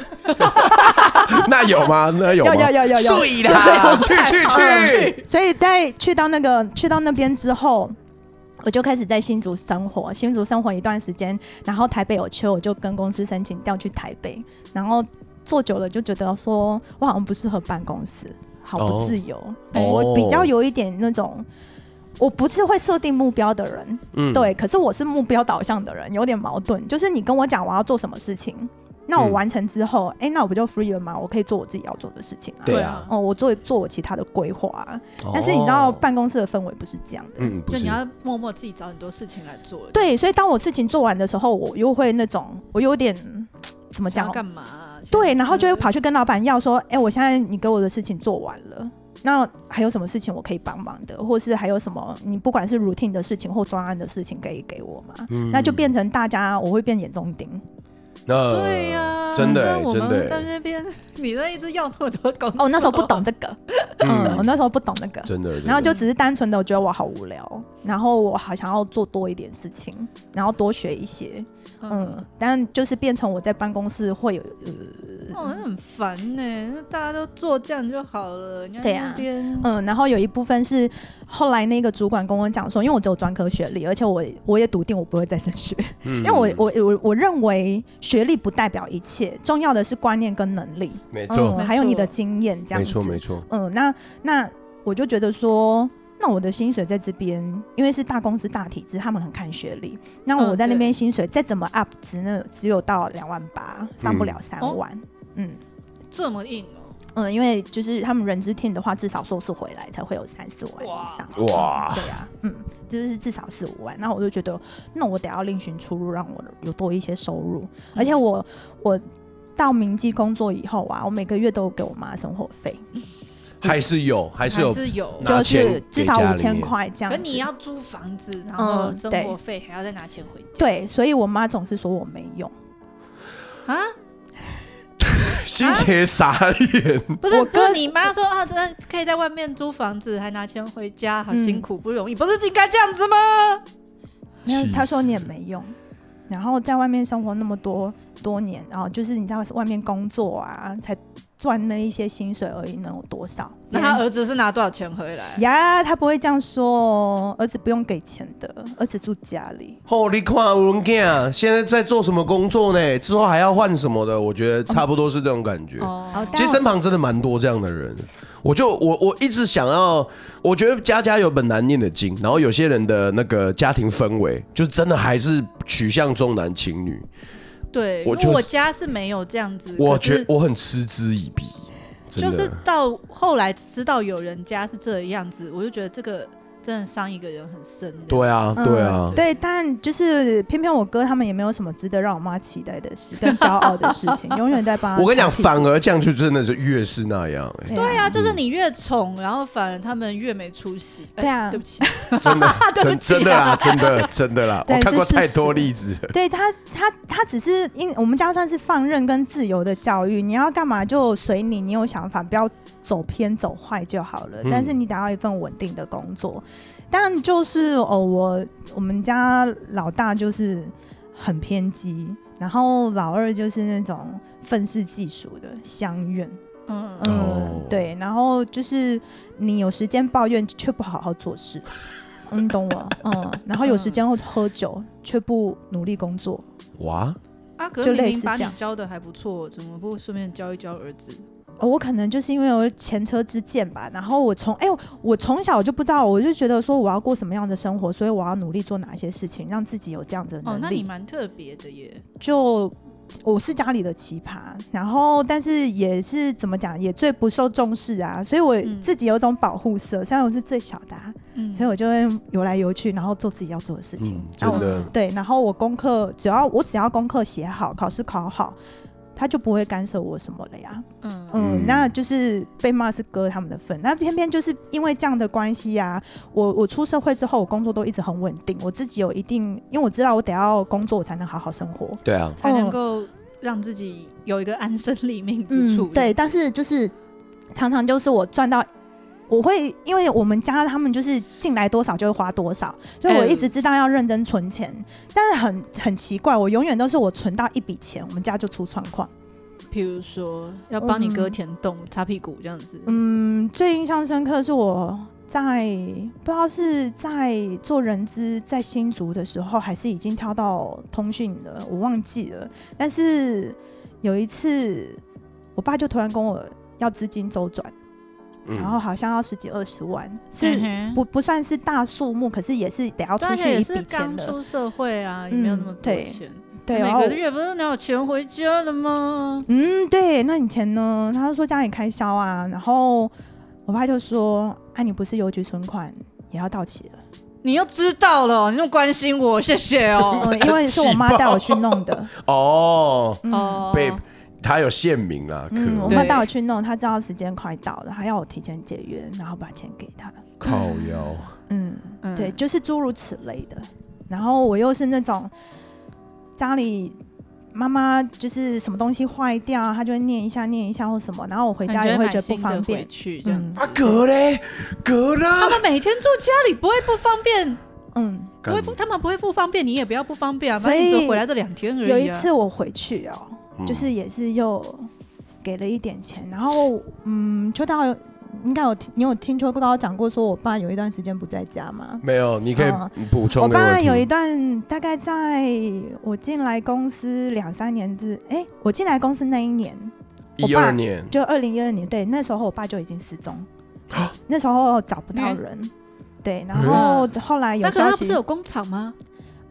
[SPEAKER 1] 那有 吗？那有吗？
[SPEAKER 3] 要要要要要
[SPEAKER 1] 睡 啦，去去去，
[SPEAKER 3] 所以在去到那个去到那边之后。我就开始在新竹生活，新竹生活一段时间，然后台北有缺，我就跟公司申请调去台北，然后做久了就觉得说，我好像不适合办公室，好
[SPEAKER 1] 哦
[SPEAKER 3] 不自由，
[SPEAKER 1] 哦
[SPEAKER 3] 哎我比较有一点那种，我不是会设定目标的人，
[SPEAKER 1] 嗯，
[SPEAKER 3] 对，可是我是目标导向的人，有点矛盾。就是你跟我讲我要做什么事情，那我
[SPEAKER 1] 嗯
[SPEAKER 3] 完成之后，哎、那我不就 free 了吗？我可以做我自己要做的事情啊。
[SPEAKER 1] 对
[SPEAKER 2] 啊
[SPEAKER 1] 啊，
[SPEAKER 3] 哦，我做做我其他的规划啊。
[SPEAKER 1] 哦
[SPEAKER 3] 但是你知道，办公室的氛围不是这样的。
[SPEAKER 1] 嗯，不
[SPEAKER 2] 就是你要默默自己找很多事情来做，，
[SPEAKER 3] 对，所以当我事情做完的时候，我又会那种，我有点怎么
[SPEAKER 2] 想
[SPEAKER 3] 讲
[SPEAKER 2] 要？干嘛啊？
[SPEAKER 3] 对，然后就会跑去跟老板要说，哎、我现在你给我的事情做完了。那还有什么事情我可以帮忙的，或是还有什么你不管是 routine 的事情或专案的事情可以给我吗？
[SPEAKER 1] 嗯
[SPEAKER 3] 那就变成大家我会变眼中钉，
[SPEAKER 1] 那
[SPEAKER 2] 对呀，
[SPEAKER 1] 呃真的
[SPEAKER 2] 那我
[SPEAKER 1] 真
[SPEAKER 2] 们
[SPEAKER 1] 的
[SPEAKER 2] 在那边， 你那一直要那么多工作，
[SPEAKER 3] 哦，那时候不 懂这个，嗯，我那时候不懂那个，
[SPEAKER 1] 真的，真的
[SPEAKER 3] 然后就只是单纯的我觉得我好无聊，然后我好想要做多一点事情，然后多学一些，
[SPEAKER 2] 嗯，
[SPEAKER 3] 嗯，但就是变成我在办公室会有，
[SPEAKER 2] 哦，那很烦呢，那大家都做这样就好了，人家
[SPEAKER 3] 对
[SPEAKER 2] 那
[SPEAKER 3] 啊
[SPEAKER 2] 边
[SPEAKER 3] 嗯，然后有一部分是后来那个主管跟我讲说，因为我只有专科学历，而且我我也笃定我不会再升学，
[SPEAKER 1] 因
[SPEAKER 3] 因为我我我我认为学历不代表一切，重要的是观念跟能力，
[SPEAKER 1] 没
[SPEAKER 3] 嗯，
[SPEAKER 1] 错，
[SPEAKER 3] 还有你的经验，这样
[SPEAKER 1] 没
[SPEAKER 3] 子，
[SPEAKER 1] 错，没错，
[SPEAKER 3] 嗯，那那我就觉得说，那我的薪水在这边，因为是大公司大体制，他们很看学历。那
[SPEAKER 2] 嗯
[SPEAKER 3] 我在那边薪水再怎么 up，只能只有到两万八，上不了三万。嗯
[SPEAKER 2] 这么硬哦，
[SPEAKER 3] 嗯，因为就是他们人资 team 的话，至少硕士回来才会有三四万以上。
[SPEAKER 1] 哇
[SPEAKER 3] 对啊，嗯，就是至少四五万。那我就觉得，那我得要另寻出路，让我有多一些收入。而且我我到明记工作以后啊，我每个月都有给我妈生活费。
[SPEAKER 1] 还是有，还
[SPEAKER 2] 还
[SPEAKER 1] 是有，
[SPEAKER 2] 有
[SPEAKER 1] 拿
[SPEAKER 3] 就
[SPEAKER 1] 钱
[SPEAKER 3] 是
[SPEAKER 1] 给
[SPEAKER 3] 至少
[SPEAKER 1] 家
[SPEAKER 3] 五
[SPEAKER 1] 里面
[SPEAKER 3] 千块这样
[SPEAKER 2] 可
[SPEAKER 3] 子。
[SPEAKER 2] 你要租房子，然后
[SPEAKER 3] 嗯
[SPEAKER 2] 生
[SPEAKER 3] 对
[SPEAKER 2] 活费还要再拿钱回家
[SPEAKER 3] 对，所以我妈总是说我没用。
[SPEAKER 2] 啊？
[SPEAKER 3] 啊
[SPEAKER 1] 心情傻 眼，
[SPEAKER 2] 不是，
[SPEAKER 3] 我
[SPEAKER 2] 不是
[SPEAKER 3] 跟
[SPEAKER 2] 你妈说啊，真的可以在外面租房子，还拿钱回家，好辛苦，不容易，不是应该这样子吗？
[SPEAKER 3] 然后
[SPEAKER 1] 气
[SPEAKER 3] 她说
[SPEAKER 1] 死
[SPEAKER 3] 你也没用，然后在外面生活那么多多年，然后就是你在外面工作啊，才赚那一些薪水而已，能有多少？嗯
[SPEAKER 2] 那他儿子是拿多少钱回来？
[SPEAKER 3] 呀，她不会这样说哦，儿子不用给钱的，儿子住家里。
[SPEAKER 1] 哦，你看文健啊现在在做什么工作呢？之后还要换什么的？我觉得差不多是这种感觉。
[SPEAKER 2] 哦，
[SPEAKER 1] 其实身旁真的蛮多这样的人。我就我我一直想要，我觉得家家有本难念的经，然后有些人的那个家庭氛围，就是真的还是取向重男轻女。
[SPEAKER 2] 对，因
[SPEAKER 1] 我
[SPEAKER 2] 为
[SPEAKER 1] 就
[SPEAKER 2] 我家是没有这样子，
[SPEAKER 1] 我
[SPEAKER 2] 可
[SPEAKER 1] 觉
[SPEAKER 2] 是
[SPEAKER 1] 我很嗤之以鼻，真
[SPEAKER 2] 就
[SPEAKER 1] 的。
[SPEAKER 2] 是到后来知道有人家是这样子，我就觉得这个真的伤一个人很深的。
[SPEAKER 1] 对啊，
[SPEAKER 3] 嗯
[SPEAKER 1] 对啊，
[SPEAKER 3] 对，但就是偏偏我哥他们也没有什么值得让我妈期待的事，跟骄傲的事 情，永远在帮她
[SPEAKER 1] 我跟你讲，
[SPEAKER 3] 擦屁股
[SPEAKER 1] 反而这样就真的是越是那样、欸
[SPEAKER 3] 对
[SPEAKER 2] 对啊，就是你越宠，然后反而他们越没出息。哎
[SPEAKER 3] 对啊
[SPEAKER 2] 对不起，
[SPEAKER 1] 真 的，
[SPEAKER 2] 对
[SPEAKER 1] 真
[SPEAKER 2] 不起啊
[SPEAKER 1] 真的啦，真的真的啦，
[SPEAKER 3] 对
[SPEAKER 1] 我看过
[SPEAKER 3] 是事
[SPEAKER 1] 太
[SPEAKER 3] 实
[SPEAKER 1] 多例子 了。
[SPEAKER 3] 对他，他他只是因我们家算是放任跟自由的教育，你要干嘛就随你，你有想法不要走偏走坏就好了。
[SPEAKER 1] 嗯
[SPEAKER 3] 但是你得要一份稳定的工作。但就是哦，我我们家老大就是很偏激，然后老二就是那种愤世嫉俗的乡愿，
[SPEAKER 2] 嗯，
[SPEAKER 3] 嗯，
[SPEAKER 1] 哦
[SPEAKER 3] 对，然后就是你有时间抱怨却不好好 做事，嗯，懂我，嗯，然后有时间后喝酒却不努力工作，
[SPEAKER 1] 哇，
[SPEAKER 2] 啊，可
[SPEAKER 3] 就是类
[SPEAKER 2] 明
[SPEAKER 3] 似
[SPEAKER 2] 明把
[SPEAKER 3] 这
[SPEAKER 2] 你
[SPEAKER 3] 样
[SPEAKER 2] 教的还不错，怎么不顺便教一教儿子？
[SPEAKER 3] 呃我可能就是因为有前车之鉴吧，然后我从哎、呦，我从小就不知道，我就觉得说我要过什么样的生活，所以我要努力做哪些事情，让自己有这样子的
[SPEAKER 2] 哦，那
[SPEAKER 3] 能
[SPEAKER 2] 你
[SPEAKER 3] 力。
[SPEAKER 2] 蛮特别的耶。
[SPEAKER 3] 就我是家里的奇葩，然后但是也是怎么讲，也最不受重视啊，所以我
[SPEAKER 2] 嗯
[SPEAKER 3] 自己有种保护色，虽然我是最小的、啊，
[SPEAKER 2] 嗯
[SPEAKER 3] 所以我就会游来游去，然后做自己要做的事情
[SPEAKER 1] 嗯，。
[SPEAKER 3] 那
[SPEAKER 1] 真
[SPEAKER 3] 我
[SPEAKER 1] 的，
[SPEAKER 3] 对，然后我功课只要我只要功课写好，考试考好，他就不会干涉我什么了呀。
[SPEAKER 2] 嗯
[SPEAKER 3] 嗯
[SPEAKER 1] 嗯，
[SPEAKER 3] 那就是被骂是割他们的份，那偏偏就是因为这样的关系啊，我我出社会之后，我工作都一直很稳定，我自己有一定，因为我知道我得要工作，我才能好好生活。
[SPEAKER 1] 对啊，
[SPEAKER 2] 才
[SPEAKER 3] 哦
[SPEAKER 2] 能够让自己有一个安身立命之处。
[SPEAKER 3] 嗯对，，但是就是常常就是我赚到。我会，因为我们家他们就是进来多少就会花多少，所以我一
[SPEAKER 2] 嗯
[SPEAKER 3] 直知道要认真存钱。但是很很奇怪，我永远都是我存到一笔钱，我们家就出状况。
[SPEAKER 2] 譬如说要帮你
[SPEAKER 3] 嗯
[SPEAKER 2] 哥填洞、擦屁股这样子。
[SPEAKER 3] 嗯，最印象深刻的是我在不知道是在做人资在新竹的时候，还是已经跳到通讯了，我忘记了。但是有一次，我爸就突然跟我要资金周转，然后
[SPEAKER 1] 嗯，
[SPEAKER 3] 好像要十几二十 万，是
[SPEAKER 2] 嗯哼
[SPEAKER 3] 不不算是大数目，可是也是得要
[SPEAKER 2] 对
[SPEAKER 3] 出
[SPEAKER 2] 而
[SPEAKER 3] 哦去
[SPEAKER 2] 且也
[SPEAKER 3] 一
[SPEAKER 2] 是
[SPEAKER 3] 笔钱
[SPEAKER 2] 刚
[SPEAKER 3] 的。
[SPEAKER 2] 出社会啊，也没有那么
[SPEAKER 3] 嗯
[SPEAKER 2] 多
[SPEAKER 3] 对
[SPEAKER 2] 钱。
[SPEAKER 3] 对，
[SPEAKER 2] 每
[SPEAKER 3] 然后
[SPEAKER 2] 个月不是拿有钱回家了吗？
[SPEAKER 3] 嗯，对，那你钱呢？他就说家里开销啊，然后我爸就说：“啊，你不是邮局存款也要到期了。”
[SPEAKER 2] 你又知道了，你又关心我，谢谢哦。
[SPEAKER 3] 嗯，因为是我妈带我去弄的。
[SPEAKER 1] 哦，
[SPEAKER 3] 嗯，
[SPEAKER 2] 哦，
[SPEAKER 1] 被他有县名啦，可
[SPEAKER 3] 嗯，我
[SPEAKER 1] 恶
[SPEAKER 2] 对
[SPEAKER 3] 妈带我去弄，她知道时间快到了，她要我提前解约，然后把钱给她。
[SPEAKER 1] 靠腰，
[SPEAKER 3] 嗯，
[SPEAKER 2] 嗯
[SPEAKER 3] 对，就是诸如此类的。然后我又是那种家里妈妈就是什么东西坏掉，她就会念一下念一下或什么，然后我回家也会觉得不方便。
[SPEAKER 2] 去这样。
[SPEAKER 3] 嗯
[SPEAKER 1] 啊，哥嘞，哥
[SPEAKER 2] 他
[SPEAKER 3] 啊
[SPEAKER 1] 呢？
[SPEAKER 2] 们每天住家里不会不方便，
[SPEAKER 3] 嗯，
[SPEAKER 2] 不会不，他们不会不方便，你也不要不方便啊。
[SPEAKER 3] 所以
[SPEAKER 2] 反正你只回来这两天而已、啊。
[SPEAKER 3] 有一次我回去哦、
[SPEAKER 1] 嗯
[SPEAKER 3] 就是也是又给了一点钱，然后嗯，秋刀有应该有听你有听秋刀讲过，说我爸有一段时间不在家吗？
[SPEAKER 1] 没有，你可以
[SPEAKER 3] 哦
[SPEAKER 1] 补充
[SPEAKER 3] 我
[SPEAKER 1] 给
[SPEAKER 3] 爸
[SPEAKER 1] 听
[SPEAKER 3] 有一段大概在我进来公司两三年之，哎、我进来公司那一年，我
[SPEAKER 1] 一
[SPEAKER 3] 爸
[SPEAKER 1] 二年，
[SPEAKER 3] 就二零一二年，对，那时候我爸就已经失踪，
[SPEAKER 1] 啊
[SPEAKER 3] 那时候找不到人，对，
[SPEAKER 1] 嗯
[SPEAKER 3] 然后后来有
[SPEAKER 2] 嗯那可是
[SPEAKER 3] 消
[SPEAKER 2] 他不
[SPEAKER 3] 息
[SPEAKER 2] 是，有工厂吗？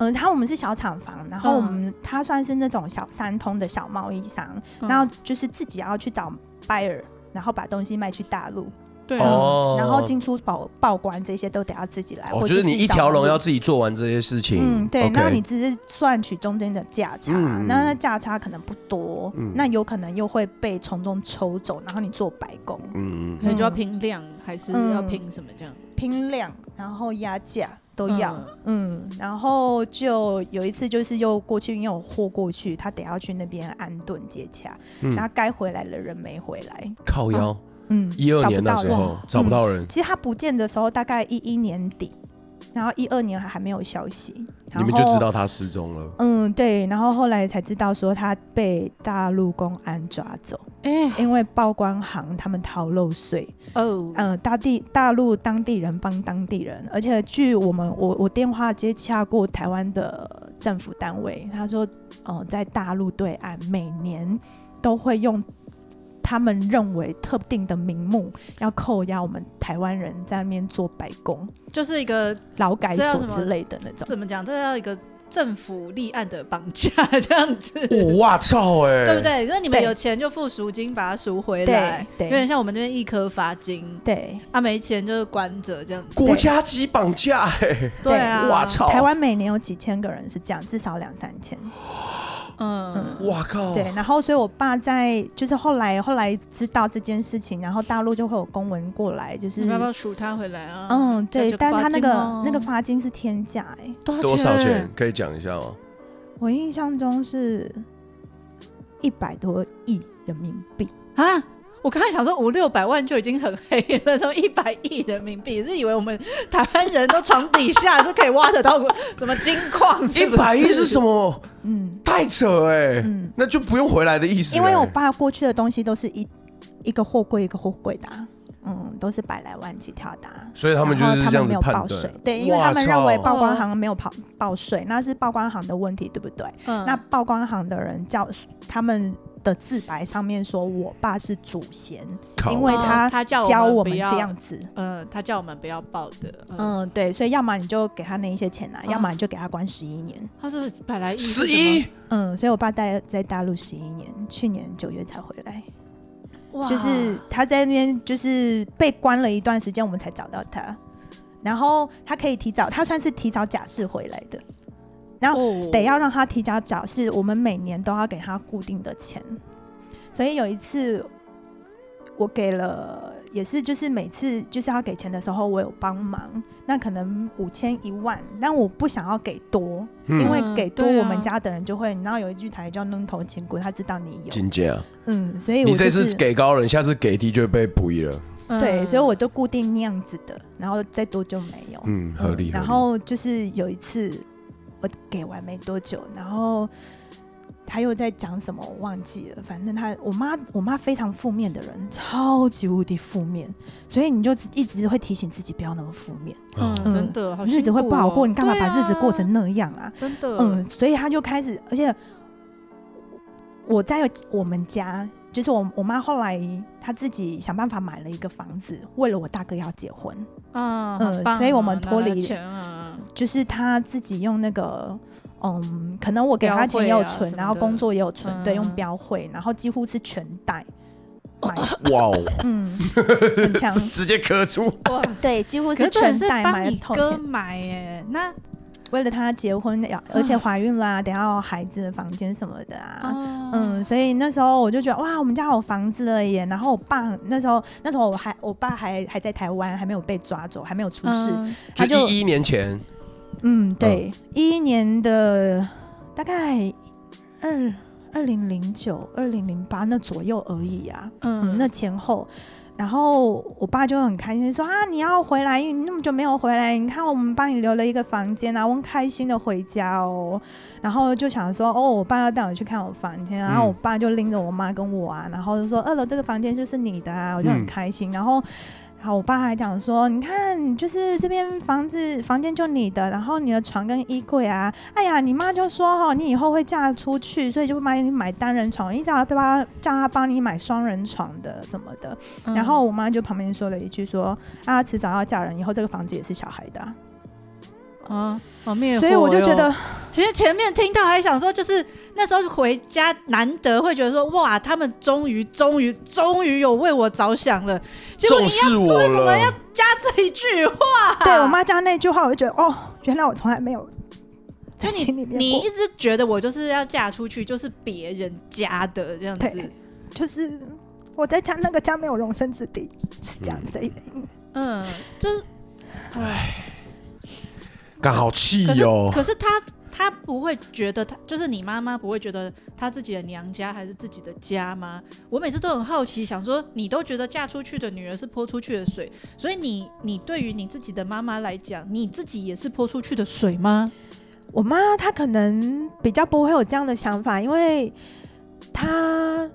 [SPEAKER 3] 嗯、他我们是小厂房，然后
[SPEAKER 2] 嗯
[SPEAKER 3] 我们、他算是那种小三通的小贸易商，
[SPEAKER 2] 嗯
[SPEAKER 3] 然后就是自己要去找 buyer，然后把东西卖去大陆，嗯
[SPEAKER 2] 对
[SPEAKER 1] 哦
[SPEAKER 2] 啊，
[SPEAKER 3] 然后进出报报关这些都得要自己来，
[SPEAKER 1] 哦，
[SPEAKER 3] 或
[SPEAKER 1] 就是是你
[SPEAKER 3] 哎自己
[SPEAKER 1] 一
[SPEAKER 3] 找
[SPEAKER 1] 条龙
[SPEAKER 3] 人
[SPEAKER 1] 要自己做完这些事情，
[SPEAKER 3] 嗯，对，
[SPEAKER 1] OK
[SPEAKER 3] 然后你只是算取中间的价差，
[SPEAKER 1] 嗯
[SPEAKER 3] 那那价差可能不多，
[SPEAKER 1] 嗯
[SPEAKER 3] 那有可能又会被从中抽走，然后你做白工
[SPEAKER 1] 嗯
[SPEAKER 2] 可能就要拼量，还是
[SPEAKER 3] 嗯
[SPEAKER 2] 要拼什么这样？
[SPEAKER 3] 拼量，然后压价都要，嗯然后就有一次就是又过去，因为我货过去，他得要去那边安顿接洽，
[SPEAKER 1] 嗯
[SPEAKER 3] 然后该回来的人没回来，
[SPEAKER 1] 靠腰，
[SPEAKER 3] 嗯，
[SPEAKER 1] 一二
[SPEAKER 3] 找
[SPEAKER 1] 年
[SPEAKER 3] 不到
[SPEAKER 1] 那时
[SPEAKER 3] 人嗯
[SPEAKER 1] 候找不到人，
[SPEAKER 3] 其实他不见的时候大概一一年底，然后一二年还没有消息，
[SPEAKER 1] 你
[SPEAKER 3] 然
[SPEAKER 1] 们就知
[SPEAKER 3] 后
[SPEAKER 1] 道他失踪了。
[SPEAKER 3] 嗯，对，然后后来才知道说他被大陆公安抓走，
[SPEAKER 2] 哎
[SPEAKER 3] 因为报关行他们逃漏税，
[SPEAKER 2] 哦，
[SPEAKER 3] 嗯、大地大陆当地人帮当地人，而且据我们我我电话接洽过台湾的政府单位，他说，呃，在大陆对岸每年都会用他们认为特定的名目要扣押我们台湾人在那边做白工、
[SPEAKER 2] 就是一个
[SPEAKER 3] 劳改
[SPEAKER 2] 这叫
[SPEAKER 3] 所
[SPEAKER 2] 什么
[SPEAKER 3] 之类的那种。
[SPEAKER 2] 怎么讲？这要一个政府立案的绑架 这样子。
[SPEAKER 1] 哦哇操哎，
[SPEAKER 2] 对不？对？因为你们
[SPEAKER 3] 对
[SPEAKER 2] 有钱就付赎金把它赎回来，
[SPEAKER 3] 对对
[SPEAKER 2] 有点像我们这边一颗罚金，
[SPEAKER 3] 对，
[SPEAKER 2] 啊没钱就是关着这样子。
[SPEAKER 1] 国家级绑架哎，
[SPEAKER 2] 对啊，
[SPEAKER 1] 哇操！
[SPEAKER 3] 台湾每年有几千个人是这样，至少两三千。
[SPEAKER 2] 嗯，
[SPEAKER 1] 哇靠！
[SPEAKER 3] 对，然后所以我爸在就是后来后来知道这件事情，然后大陆就会有公文过来，就是
[SPEAKER 2] 你要不要赎他回来啊？
[SPEAKER 3] 嗯对，
[SPEAKER 2] 这
[SPEAKER 3] 但他那个、
[SPEAKER 2] 罚金哦
[SPEAKER 3] 那个罚金是天价哎、
[SPEAKER 2] 多
[SPEAKER 1] 多少钱？？可以讲一下哦 吗？
[SPEAKER 3] 我印象中是一百多亿人民币，
[SPEAKER 2] 啊？我刚才想说五六百万就已经很黑了，什么一百亿人民币，是以为我们台湾人都床底下是可以挖得到什么金矿？
[SPEAKER 1] 一
[SPEAKER 2] 是不
[SPEAKER 1] 百亿是什么？
[SPEAKER 3] 嗯，
[SPEAKER 1] 太扯哎、那就不用回来的意思、欸。
[SPEAKER 3] 因为我爸过去的东西都是一一个货柜一个货柜的啊、嗯，都是百来万起跳的啊、
[SPEAKER 1] 所以他们就
[SPEAKER 3] 然后
[SPEAKER 1] 是
[SPEAKER 3] 他
[SPEAKER 1] 这样
[SPEAKER 3] 们
[SPEAKER 1] 子
[SPEAKER 3] 没有
[SPEAKER 1] 判
[SPEAKER 3] 报
[SPEAKER 1] 断
[SPEAKER 3] 税，，对，因为他们
[SPEAKER 1] 哇
[SPEAKER 3] 认为
[SPEAKER 1] 操
[SPEAKER 3] 报关行没有报报税，那是报关行的问题，对不对？
[SPEAKER 2] 嗯
[SPEAKER 3] 那报关行的人叫他们的自白上面说，我爸是祖先，
[SPEAKER 1] 靠
[SPEAKER 3] 因为
[SPEAKER 2] 哦
[SPEAKER 3] 他
[SPEAKER 2] 他叫
[SPEAKER 3] 教我
[SPEAKER 2] 不
[SPEAKER 3] 们
[SPEAKER 2] 要
[SPEAKER 3] 这样子。
[SPEAKER 2] 嗯，他叫我们不要报的。嗯，
[SPEAKER 3] 嗯，对，所以要么你就给他那一些钱啊，
[SPEAKER 2] 嗯
[SPEAKER 3] 要么你就给他关十一年。
[SPEAKER 2] 他是本来
[SPEAKER 1] 十一，
[SPEAKER 3] 嗯，所以我爸待在大陆十一年，去年九月才回来。
[SPEAKER 2] 哇
[SPEAKER 3] 就是他在那边就是被关了一段时间，我们才找到他。然后他可以提早，他算是提早假释回来的。然后
[SPEAKER 2] 哦
[SPEAKER 3] 得要让他提交缴是我们每年都要给他固定的钱。所以有一次，我给了，也是就是每次就是要给钱的时候，我有帮忙，那可能五千一万，但我不想要给多，
[SPEAKER 1] 嗯
[SPEAKER 3] 因为给多
[SPEAKER 2] 嗯对啊
[SPEAKER 3] 我们家的人就会，你知道有一句台语叫“扔头钱骨”，他知道你有，
[SPEAKER 1] 金姐啊，
[SPEAKER 3] 嗯，所以我
[SPEAKER 1] 你这
[SPEAKER 3] 就
[SPEAKER 1] 次
[SPEAKER 3] 是。哦
[SPEAKER 1] 给高了，你下次给低就会被补一了。
[SPEAKER 3] 对，
[SPEAKER 2] 嗯
[SPEAKER 3] 所以我都固定那样子的，然后再多就没有。
[SPEAKER 1] 嗯，合理。合理
[SPEAKER 3] 然后就是有一次我给完没多久，然后他又在讲什么我忘记了，反正他我妈我妈非常负面的人，超级无敌负面，所以你就一直会提醒自己不要那么负面，
[SPEAKER 2] 嗯
[SPEAKER 1] 哦，
[SPEAKER 2] 真的好
[SPEAKER 3] 日子会不好过，
[SPEAKER 2] 辛
[SPEAKER 3] 你
[SPEAKER 2] 苦
[SPEAKER 3] 干
[SPEAKER 2] 哦
[SPEAKER 3] 嘛把日子过成
[SPEAKER 2] 对啊
[SPEAKER 3] 那样啊？
[SPEAKER 2] 真的？
[SPEAKER 3] 嗯，所以他就开始，而且我在我们家，就是我我妈后来她自己想办法买了一个房子，为了我大哥要结婚，
[SPEAKER 2] 啊，
[SPEAKER 3] 嗯
[SPEAKER 2] 很棒
[SPEAKER 3] 所以我
[SPEAKER 2] 啊
[SPEAKER 3] 们
[SPEAKER 2] 拿
[SPEAKER 3] 脱
[SPEAKER 2] 了
[SPEAKER 3] 离
[SPEAKER 2] 钱啊，
[SPEAKER 3] 就是她自己用那个。嗯，可能我给她钱也
[SPEAKER 2] 标
[SPEAKER 3] 有
[SPEAKER 2] 会啊
[SPEAKER 3] 存，
[SPEAKER 2] 什
[SPEAKER 3] 然
[SPEAKER 2] 么
[SPEAKER 3] 后
[SPEAKER 2] 的
[SPEAKER 3] 工作也有存，对，用
[SPEAKER 2] 嗯
[SPEAKER 3] 标会，然后几乎是全 贷买，
[SPEAKER 1] 哇 哦，
[SPEAKER 3] 嗯，很强，
[SPEAKER 1] 直接磕出
[SPEAKER 2] 哇！
[SPEAKER 3] 对，几乎
[SPEAKER 2] 可是
[SPEAKER 3] 全
[SPEAKER 2] 全
[SPEAKER 3] 贷
[SPEAKER 2] 帮
[SPEAKER 3] 买
[SPEAKER 2] 你
[SPEAKER 3] 透
[SPEAKER 2] 哥买耶，那
[SPEAKER 3] 为了她结婚要，而且怀孕啦，等下要孩子的房间什么的啊，嗯，
[SPEAKER 2] 嗯
[SPEAKER 3] 所以那时候我就觉得哇，我们家有房子了耶。然后我爸那时候，那时候我还我爸还还在台湾，还没有被抓走，还没有出
[SPEAKER 2] 嗯
[SPEAKER 3] 事。
[SPEAKER 1] 就
[SPEAKER 3] 他就
[SPEAKER 1] 一一年前，
[SPEAKER 3] 嗯，对，一一、年的大概二二零零九、二零零八那左右而已啊。嗯，那前后。然后我爸就很开心说啊，你要回来，因为你那么久没有回来，你看我们帮你留了一个房间啊，我很开心的回家哦。然后就想说哦，我爸要带我去看我房间，然后我爸就拎着我妈跟我啊，然后就说二楼这个房间就是你的啊，我就
[SPEAKER 1] 嗯
[SPEAKER 3] 很开心。然后好，我爸还讲说，你看，就是这边房子房间就你的，然后你的床跟衣柜啊，哎呀，你妈就说哈，你以后会嫁出去，所以就不帮你买单人床，一直要帮叫她帮你买双人床的什么的。
[SPEAKER 2] 嗯
[SPEAKER 3] 然后我妈就旁边说了一句说，啊，迟早要嫁人，以后这个房子也是小孩的啊、
[SPEAKER 2] 啊，哦灭火
[SPEAKER 3] 所以我就
[SPEAKER 2] 哟
[SPEAKER 3] 觉得，
[SPEAKER 2] 其实前面听到还想说，就是那时候回家难得会觉得说，哇，他们终于、终于、终于有为我着想了。结果你
[SPEAKER 1] 重视我了，
[SPEAKER 2] 加这一句话，
[SPEAKER 3] 对我妈讲那句话，我就觉得哦，原来我从来没有在
[SPEAKER 2] 就
[SPEAKER 3] 心里
[SPEAKER 2] 你
[SPEAKER 3] 面
[SPEAKER 2] 你
[SPEAKER 3] 过
[SPEAKER 2] 一，直觉得我就是要嫁出去，就是别人家的这样子。
[SPEAKER 3] 对就是我在家那个家没有容身之地，是这样子的原因。
[SPEAKER 2] 嗯，就是，唉
[SPEAKER 1] 干好气哦
[SPEAKER 2] 可是、
[SPEAKER 1] 哟。
[SPEAKER 2] 可是他他不会觉得他就是你妈妈不会觉得她自己的娘家还是自己的家吗？我每次都很好奇，想说你都觉得嫁出去的女儿是泼出去的水，所以你你对于你自己的妈妈来讲，你自己也是泼出去的水吗？
[SPEAKER 3] 我妈她可能比较不会有这样的想法，因为她，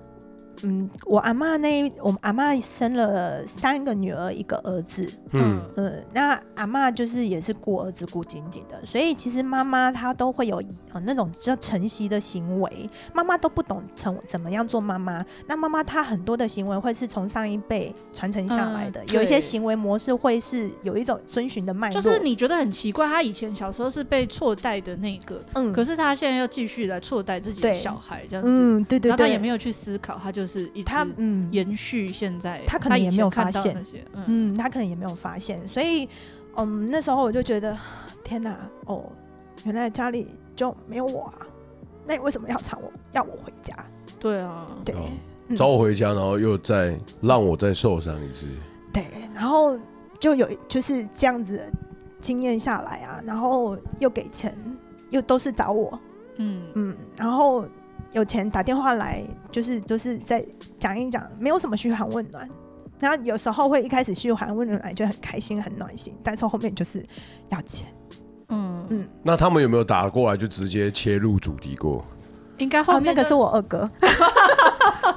[SPEAKER 3] 嗯，我阿嬷那一我阿嬷生了三个女儿一个儿子，
[SPEAKER 1] 嗯，
[SPEAKER 3] 呃，那阿嬷就是也是顾儿子顾紧紧的，所以其实妈妈她都会有呃那种比较承袭的行为，妈妈都不懂成怎么样做妈妈，那妈妈她很多的行为会是从上一辈传承下来的，
[SPEAKER 2] 嗯
[SPEAKER 3] 有一些
[SPEAKER 2] 对
[SPEAKER 3] 行为模式会是有一种遵循的脉络，
[SPEAKER 2] 就是你觉得很奇怪，她以前小时候是被错待的那个，
[SPEAKER 3] 嗯
[SPEAKER 2] 可是她现在要继续来错待自己的
[SPEAKER 3] 对
[SPEAKER 2] 小孩，这样子。
[SPEAKER 3] 嗯对对
[SPEAKER 2] 然后她
[SPEAKER 3] 对，
[SPEAKER 2] 也没有去思考，她就是一直
[SPEAKER 3] 她嗯
[SPEAKER 2] 延续现在
[SPEAKER 3] 她可能也没有
[SPEAKER 2] 以前看
[SPEAKER 3] 发
[SPEAKER 2] 到
[SPEAKER 3] 现
[SPEAKER 2] 那些，嗯
[SPEAKER 3] 嗯，他可能也没有发现，所以，嗯，那时候我就觉得，天哪，哦，原来家里就没有我啊，那你为什么要吵我，要我回家？
[SPEAKER 2] 对啊，
[SPEAKER 3] 对、
[SPEAKER 1] 哦
[SPEAKER 3] 嗯
[SPEAKER 1] 找我回家，然后又再让我再受伤一次。
[SPEAKER 3] 对，然后就有就是这样子的经验下来啊，然后又给钱，又都是找我，
[SPEAKER 2] 嗯
[SPEAKER 3] 嗯，然后有钱打电话来，就是都是在讲一讲，没有什么嘘寒问暖。然后有时候会一开始嘘寒问暖就很开心很暖心，但是后面就是要钱。
[SPEAKER 2] 嗯，
[SPEAKER 1] 那他们有没有打过来就直接切入主题过？
[SPEAKER 2] 应该
[SPEAKER 3] 哦
[SPEAKER 2] 后，
[SPEAKER 3] 那
[SPEAKER 2] 面
[SPEAKER 3] 个
[SPEAKER 2] 就是
[SPEAKER 3] 我二哥，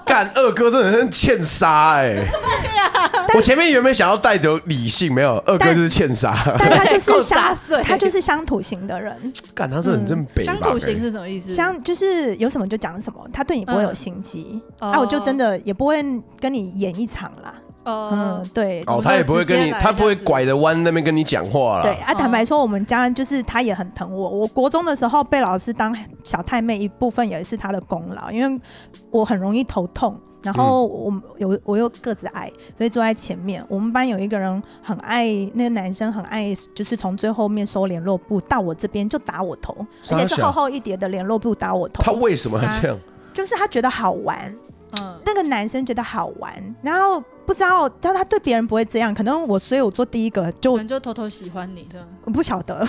[SPEAKER 1] 干二哥真的是欠杀哎、我前面原本想要带走理性，没有二哥就是欠杀。
[SPEAKER 3] 但他就
[SPEAKER 2] 够
[SPEAKER 3] 是
[SPEAKER 2] 杂
[SPEAKER 3] 乡
[SPEAKER 2] 碎，
[SPEAKER 3] 他就是乡土型的人，
[SPEAKER 1] 干他真的很真北吧、欸
[SPEAKER 2] 乡土型是什么意思？
[SPEAKER 3] 乡就是有什么就讲什么，他对你不会有心机。
[SPEAKER 2] 嗯
[SPEAKER 3] 啊，我就
[SPEAKER 2] 哦
[SPEAKER 3] 真的也不会跟你演一场啦。
[SPEAKER 2] 呃
[SPEAKER 3] 嗯，，对。
[SPEAKER 1] 哦，他也不会跟
[SPEAKER 2] 直
[SPEAKER 1] 你，
[SPEAKER 2] 接来
[SPEAKER 1] 他不会拐着弯那边跟你讲话啦。
[SPEAKER 3] 对啊，
[SPEAKER 2] 嗯
[SPEAKER 3] 坦白说，我们家就是他也很疼我。我国中的时候被老师当小太妹，一部分也是他的功劳，因为我很容易头痛，然后
[SPEAKER 1] 嗯
[SPEAKER 3] 我有我又个子矮，所以坐在前面。我们班有一个人很爱那个男生，很爱就是从最后面收联络簿到我这边就打我头，而且
[SPEAKER 1] 傻
[SPEAKER 3] 是
[SPEAKER 1] 小
[SPEAKER 3] 厚厚一叠的联络簿打我
[SPEAKER 1] 他
[SPEAKER 3] 头，
[SPEAKER 1] 为什么要这样？
[SPEAKER 3] 就是他觉得好玩，
[SPEAKER 2] 嗯，
[SPEAKER 3] 那个男生觉得好玩，然后不知道，但他对别人不会这样，可能我所以我做第一个
[SPEAKER 2] 可
[SPEAKER 3] 就
[SPEAKER 2] 能就偷偷喜欢你这样。
[SPEAKER 3] 我不晓得。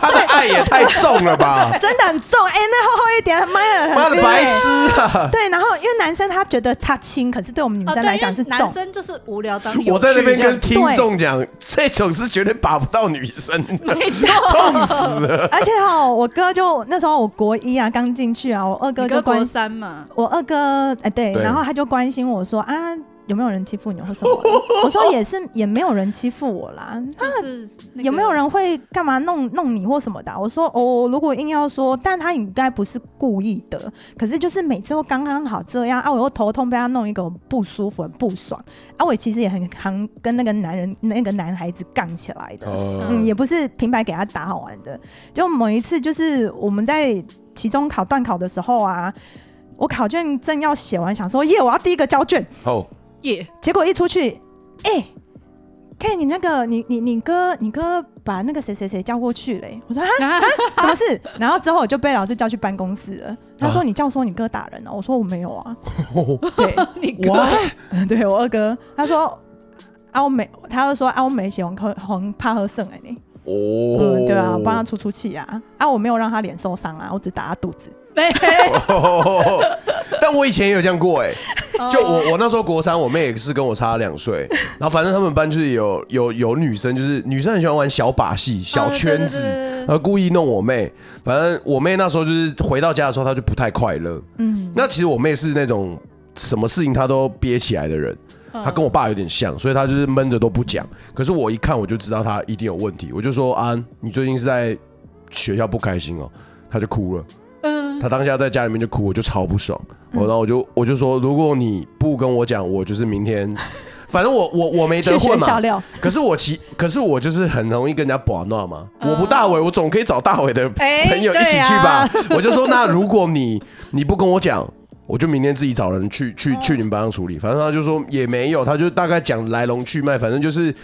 [SPEAKER 1] 他的爱也太重了 吧！
[SPEAKER 3] 真的很重，哎、那厚厚一点，妈呀，很
[SPEAKER 1] 妈的
[SPEAKER 3] 晕
[SPEAKER 1] 白
[SPEAKER 3] 欸
[SPEAKER 1] 痴啊！
[SPEAKER 3] 对，然后因为男生他觉得他轻，可是对我们女
[SPEAKER 2] 哦，
[SPEAKER 3] 生
[SPEAKER 2] 对，
[SPEAKER 3] 来讲是
[SPEAKER 2] 因为男
[SPEAKER 3] 重。
[SPEAKER 2] 生就是无聊当啊
[SPEAKER 1] 我在那边跟
[SPEAKER 2] 听，
[SPEAKER 1] 听众讲，这种是绝对把不到女生的，
[SPEAKER 2] 没错，
[SPEAKER 1] 痛死了！
[SPEAKER 3] 而且哦，我哥就那时候我国一啊，刚进去啊，我二哥
[SPEAKER 2] 你
[SPEAKER 3] 就
[SPEAKER 2] 跟国
[SPEAKER 3] 关心
[SPEAKER 2] 三嘛，
[SPEAKER 3] 我二哥，哎、对，
[SPEAKER 1] 对
[SPEAKER 3] 然后他就关心我说啊，有没有人欺负你或什么的？我说也是，也没有人欺负我啦。
[SPEAKER 2] 就是那个
[SPEAKER 3] 有没有人会干嘛弄弄你或什么的啊、我说哦，如果硬要说，但他应该不是故意的，可是就是每次都刚刚好这样啊，我又头痛被他弄一个我不舒服、很不爽啊，我其实也很常跟那个男人、那个男孩子杠起来的，
[SPEAKER 1] 哦，
[SPEAKER 3] 嗯，也不是平白给他打好玩的。就某一次，就是我们在期中考、段考的时候啊，我考卷正要写完，想说耶，我要第一个交卷，
[SPEAKER 1] 哦，
[SPEAKER 2] 耶？
[SPEAKER 3] 结果一出去，哎、看你那个，你你你哥，你哥把那个谁谁谁叫过去嘞、我 说啊，
[SPEAKER 2] 啊
[SPEAKER 3] 什么事？然后之后我就被老师叫去办公室了。他说
[SPEAKER 1] 啊
[SPEAKER 3] 你教唆你哥打人哦、我说我没 有啊。
[SPEAKER 2] 你
[SPEAKER 1] 哇
[SPEAKER 2] 哥，
[SPEAKER 3] 对我二哥，他说啊我没，他就说啊我没写红科红怕喝剩哎你，
[SPEAKER 1] 哦，
[SPEAKER 3] 嗯对啊，我帮他出出气啊，啊我没有让他脸受伤啊，我只打他肚子。
[SPEAKER 2] 没，
[SPEAKER 1] 哦 但我以前也有这样过哎、就
[SPEAKER 2] 哦
[SPEAKER 1] 我我那时候国三，我妹也是跟我差两 岁，然后反正他们班就是有有有女生，就是女生很喜欢玩小把戏、小圈子，
[SPEAKER 2] 对对对对对
[SPEAKER 1] 然后故意弄我妹。反正我妹那时候就是回到家的时候，她就不太快乐。
[SPEAKER 3] 嗯，
[SPEAKER 1] 那其实我妹是那种什么事情她都憋起来的人，
[SPEAKER 2] 嗯
[SPEAKER 1] 她跟我爸有点像，所以她就是闷着都不讲。可是我一看我就知道她一定有问题，我就说安、你最近是在学校不开心哦，她就哭了。
[SPEAKER 2] 嗯，
[SPEAKER 1] 他当下在家里面就哭，我就超不爽。我然后我就我就说，如果你不跟我讲，我就是明 天，反正我我我没
[SPEAKER 3] 去
[SPEAKER 1] 得
[SPEAKER 3] 学
[SPEAKER 1] 混
[SPEAKER 3] 校
[SPEAKER 1] 嘛。
[SPEAKER 3] 料，
[SPEAKER 1] 可是我其可是我就是很容易跟人家把闹嘛。
[SPEAKER 2] 嗯
[SPEAKER 1] 我不大伟，我总可以找大伟的
[SPEAKER 2] 哎
[SPEAKER 1] 朋友一
[SPEAKER 2] 对啊
[SPEAKER 1] 起去吧。我就 说，那如果你你不跟我讲。我就明天自己找人去
[SPEAKER 2] 哦
[SPEAKER 1] 去去你们班上处理，反正他就说也没有，他就大概讲来龙去脉，反正就是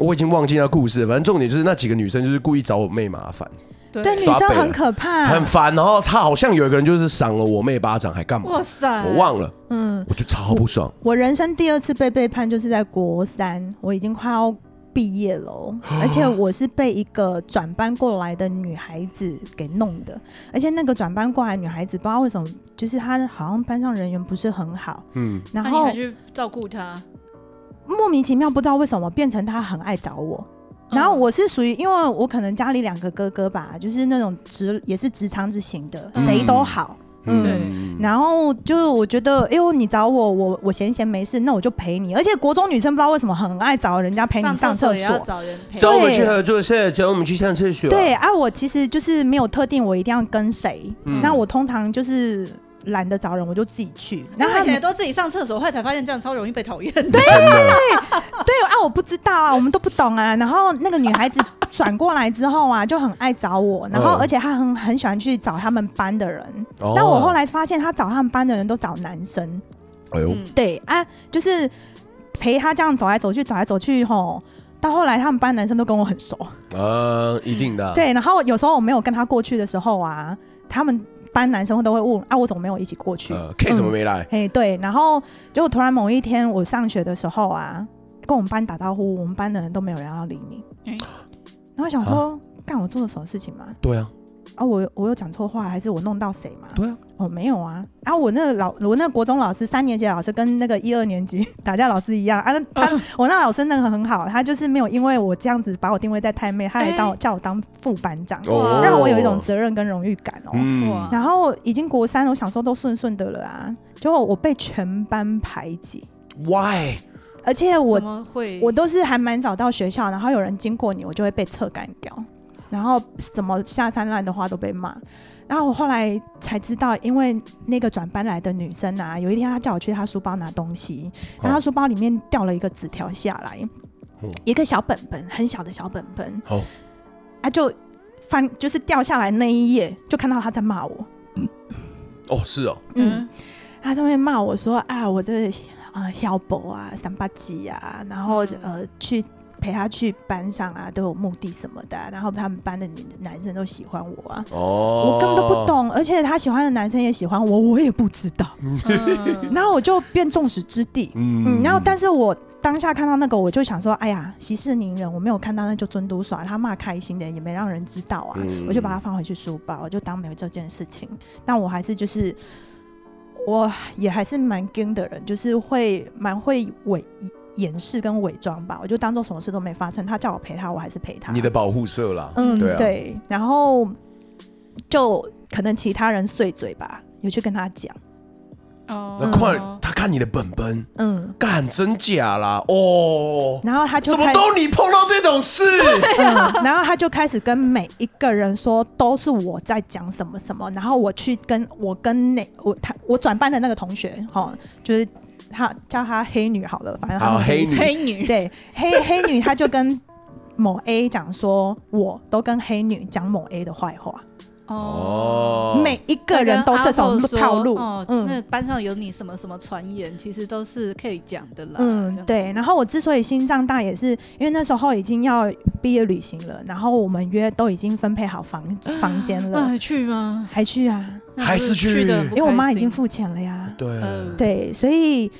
[SPEAKER 1] 我已经忘记那故事了，反正重点就是那几个女生就是故意找我妹麻烦，
[SPEAKER 3] 对
[SPEAKER 2] 对啊
[SPEAKER 3] 女
[SPEAKER 1] 耍
[SPEAKER 3] 生
[SPEAKER 1] 北
[SPEAKER 3] 很
[SPEAKER 1] 了
[SPEAKER 3] 可怕，
[SPEAKER 1] 很烦。然后他好像有一个人就是赏了我妹巴掌，还干嘛？
[SPEAKER 2] 哇塞，
[SPEAKER 1] 我忘了，
[SPEAKER 3] 嗯。
[SPEAKER 1] 我就超不爽。
[SPEAKER 3] 我人生第二次被背叛，就是在国三，我已经快要毕业了哦，而且我是被一个转班过来的女孩子给弄的，而且那个转班过来的女孩子不知道为什么，就是她好像班上人缘不是很好，
[SPEAKER 1] 嗯，
[SPEAKER 2] 那
[SPEAKER 3] 然
[SPEAKER 2] 啊你
[SPEAKER 3] 后
[SPEAKER 2] 还去照顾他，
[SPEAKER 3] 莫名其妙不知道为什么变成她很爱找我。
[SPEAKER 2] 嗯
[SPEAKER 3] 然后我是属于，因为我可能家里两个哥哥吧，就是那种直也是直肠子型的，
[SPEAKER 2] 嗯
[SPEAKER 3] 谁都好，嗯
[SPEAKER 2] 对
[SPEAKER 3] 然后就是我觉得，哎呦，你找我，我我闲闲没事，那我就陪你。而且国中女生不知道为什么很爱找人家陪你上
[SPEAKER 2] 厕
[SPEAKER 3] 厕
[SPEAKER 2] 也要
[SPEAKER 3] 所。
[SPEAKER 2] 找人陪，
[SPEAKER 3] 找我们去
[SPEAKER 1] 合作社，找我们去上厕所
[SPEAKER 3] 对，啊，我其实就是没有特定我一定要跟谁，
[SPEAKER 1] 嗯
[SPEAKER 3] 那我通常就是懒得找人，我就自己 去。
[SPEAKER 2] 那
[SPEAKER 3] 然
[SPEAKER 2] 他以
[SPEAKER 3] 后他
[SPEAKER 2] 前
[SPEAKER 3] 们
[SPEAKER 2] 也都自己上厕所，后来才发现这样超容易被讨厌的。
[SPEAKER 1] 真 的，
[SPEAKER 2] 哦
[SPEAKER 3] 对啊，我不知道啊，我们都不懂啊。然后那个女孩子转过来之后啊，就很爱找我，然后
[SPEAKER 1] 嗯
[SPEAKER 3] 而且她很很喜欢去找他们班的人。
[SPEAKER 1] 哦
[SPEAKER 3] 但我后，来发现，她找他们班的人都找男生。
[SPEAKER 1] 哎呦，
[SPEAKER 2] 嗯
[SPEAKER 3] 对啊，就是陪他这样走来走去，走来走去吼。到后来，他们班男生都跟我很熟，
[SPEAKER 1] 啊，一定的，，
[SPEAKER 3] 嗯对。然后有时候我没有跟他过去的时候啊，他们班男生都会问啊，我怎么没有一起过去？
[SPEAKER 1] 呃，K
[SPEAKER 3] 嗯
[SPEAKER 1] 怎么没来？
[SPEAKER 3] 嘿，对。然后结果突然某一天，我上学的时候啊，跟我们班打招呼，我们班的人都没有人要理你
[SPEAKER 2] 嗯。
[SPEAKER 3] 然后想说，干我做了什么事情吗？
[SPEAKER 1] 对啊，
[SPEAKER 3] 啊，我我有讲错话，还是我弄到谁吗？
[SPEAKER 1] 对啊，
[SPEAKER 3] 哦，没有啊，啊，我那个老我那个国中老师三年级的老师跟那个一二年级 打架老师一样啊，那他、
[SPEAKER 1] 嗯
[SPEAKER 3] 我那老师那个很好，他就是没有因为我这样子把我定位在太妹，他还当、
[SPEAKER 2] 哎
[SPEAKER 3] 叫我当副班长，
[SPEAKER 1] 哦
[SPEAKER 3] 让我有一种责任跟荣誉感哦。
[SPEAKER 1] 嗯
[SPEAKER 2] 哇
[SPEAKER 3] 然后已经国三了，我想说都顺顺的了啊，结果我被全班排挤，
[SPEAKER 1] ，Why？
[SPEAKER 3] 而且我
[SPEAKER 2] 怎么会？
[SPEAKER 3] 我都是还蛮早到学校，然后有人经过你，我就会被侧干掉，然后什么下三滥的话都被骂。然后我后来才知道，因为那个转班来的女生啊，有一天她叫我去她书包拿东西，然后她书包里面掉了一个纸条下来，
[SPEAKER 1] 嗯
[SPEAKER 3] 一个小本本，很小的小本本，
[SPEAKER 1] 好，
[SPEAKER 3] 啊就翻就是掉下来那一页，就看到她在骂我，
[SPEAKER 1] 哦，是哦，
[SPEAKER 3] 嗯，他上面骂我说啊，我这呃小博啊、三八鸡啊，然后呃去陪他去班上啊，都有目的什么的啊、然后他们班的女男生都喜欢我啊，
[SPEAKER 1] 哦，
[SPEAKER 3] 我根本都不，懂，而且他喜欢的男生也喜欢我，我也不知道，
[SPEAKER 2] 嗯
[SPEAKER 3] 然后我就变众矢之的。嗯，然后但是我当下看到那个，我就想说，哎呀，息事宁人，我没有看到那就尊嘟耍，他骂开心的也没让人知道啊，
[SPEAKER 1] 嗯
[SPEAKER 3] 我就把它放回去书包，我就当没有这件事情。但我还是就是，我也还是蛮跟的人，就是会蛮会伪掩饰跟伪装吧，我就当做什么事都没发生。他叫我陪他，我还是陪他。
[SPEAKER 1] 你的保护色啦，
[SPEAKER 3] 嗯
[SPEAKER 1] 对啊
[SPEAKER 3] 然后就可能其他人碎嘴吧，有去跟他讲，
[SPEAKER 1] 那啊
[SPEAKER 2] 哦，
[SPEAKER 1] 快，他看你的本本，
[SPEAKER 3] 嗯，
[SPEAKER 1] 干真假啦，哦，
[SPEAKER 3] 然后他就
[SPEAKER 1] 怎么
[SPEAKER 3] 开
[SPEAKER 1] 都你碰到这种事？
[SPEAKER 3] 嗯，然后他就开始跟每一个人说，都是我在讲什么什么，然后我去跟我跟那我他我转班的那个同学，哈，就是他叫他黑女好了，反正他
[SPEAKER 1] 好
[SPEAKER 3] 们可以
[SPEAKER 1] 黑女
[SPEAKER 2] 黑女
[SPEAKER 3] 对黑黑女，他就跟某 A 讲说，我都跟黑女讲某 A 的坏话，
[SPEAKER 1] 哦，
[SPEAKER 3] 每一个人都这种套路，
[SPEAKER 2] 哦，那
[SPEAKER 3] 嗯。
[SPEAKER 2] 班上有你什么什么传言，其实都是可以讲的啦。
[SPEAKER 3] 嗯，对。然后我之所以心脏大，也是因为那时候已经要毕业旅行了，然后我们约都已经分配好房房间
[SPEAKER 2] 那
[SPEAKER 3] 了，
[SPEAKER 2] 还去吗？
[SPEAKER 3] 还去啊？
[SPEAKER 2] 那
[SPEAKER 1] 还
[SPEAKER 2] 不
[SPEAKER 1] 是去
[SPEAKER 2] 的，
[SPEAKER 3] 因为我妈已经付钱了呀。
[SPEAKER 1] 对啊
[SPEAKER 2] 嗯
[SPEAKER 3] 对，所以，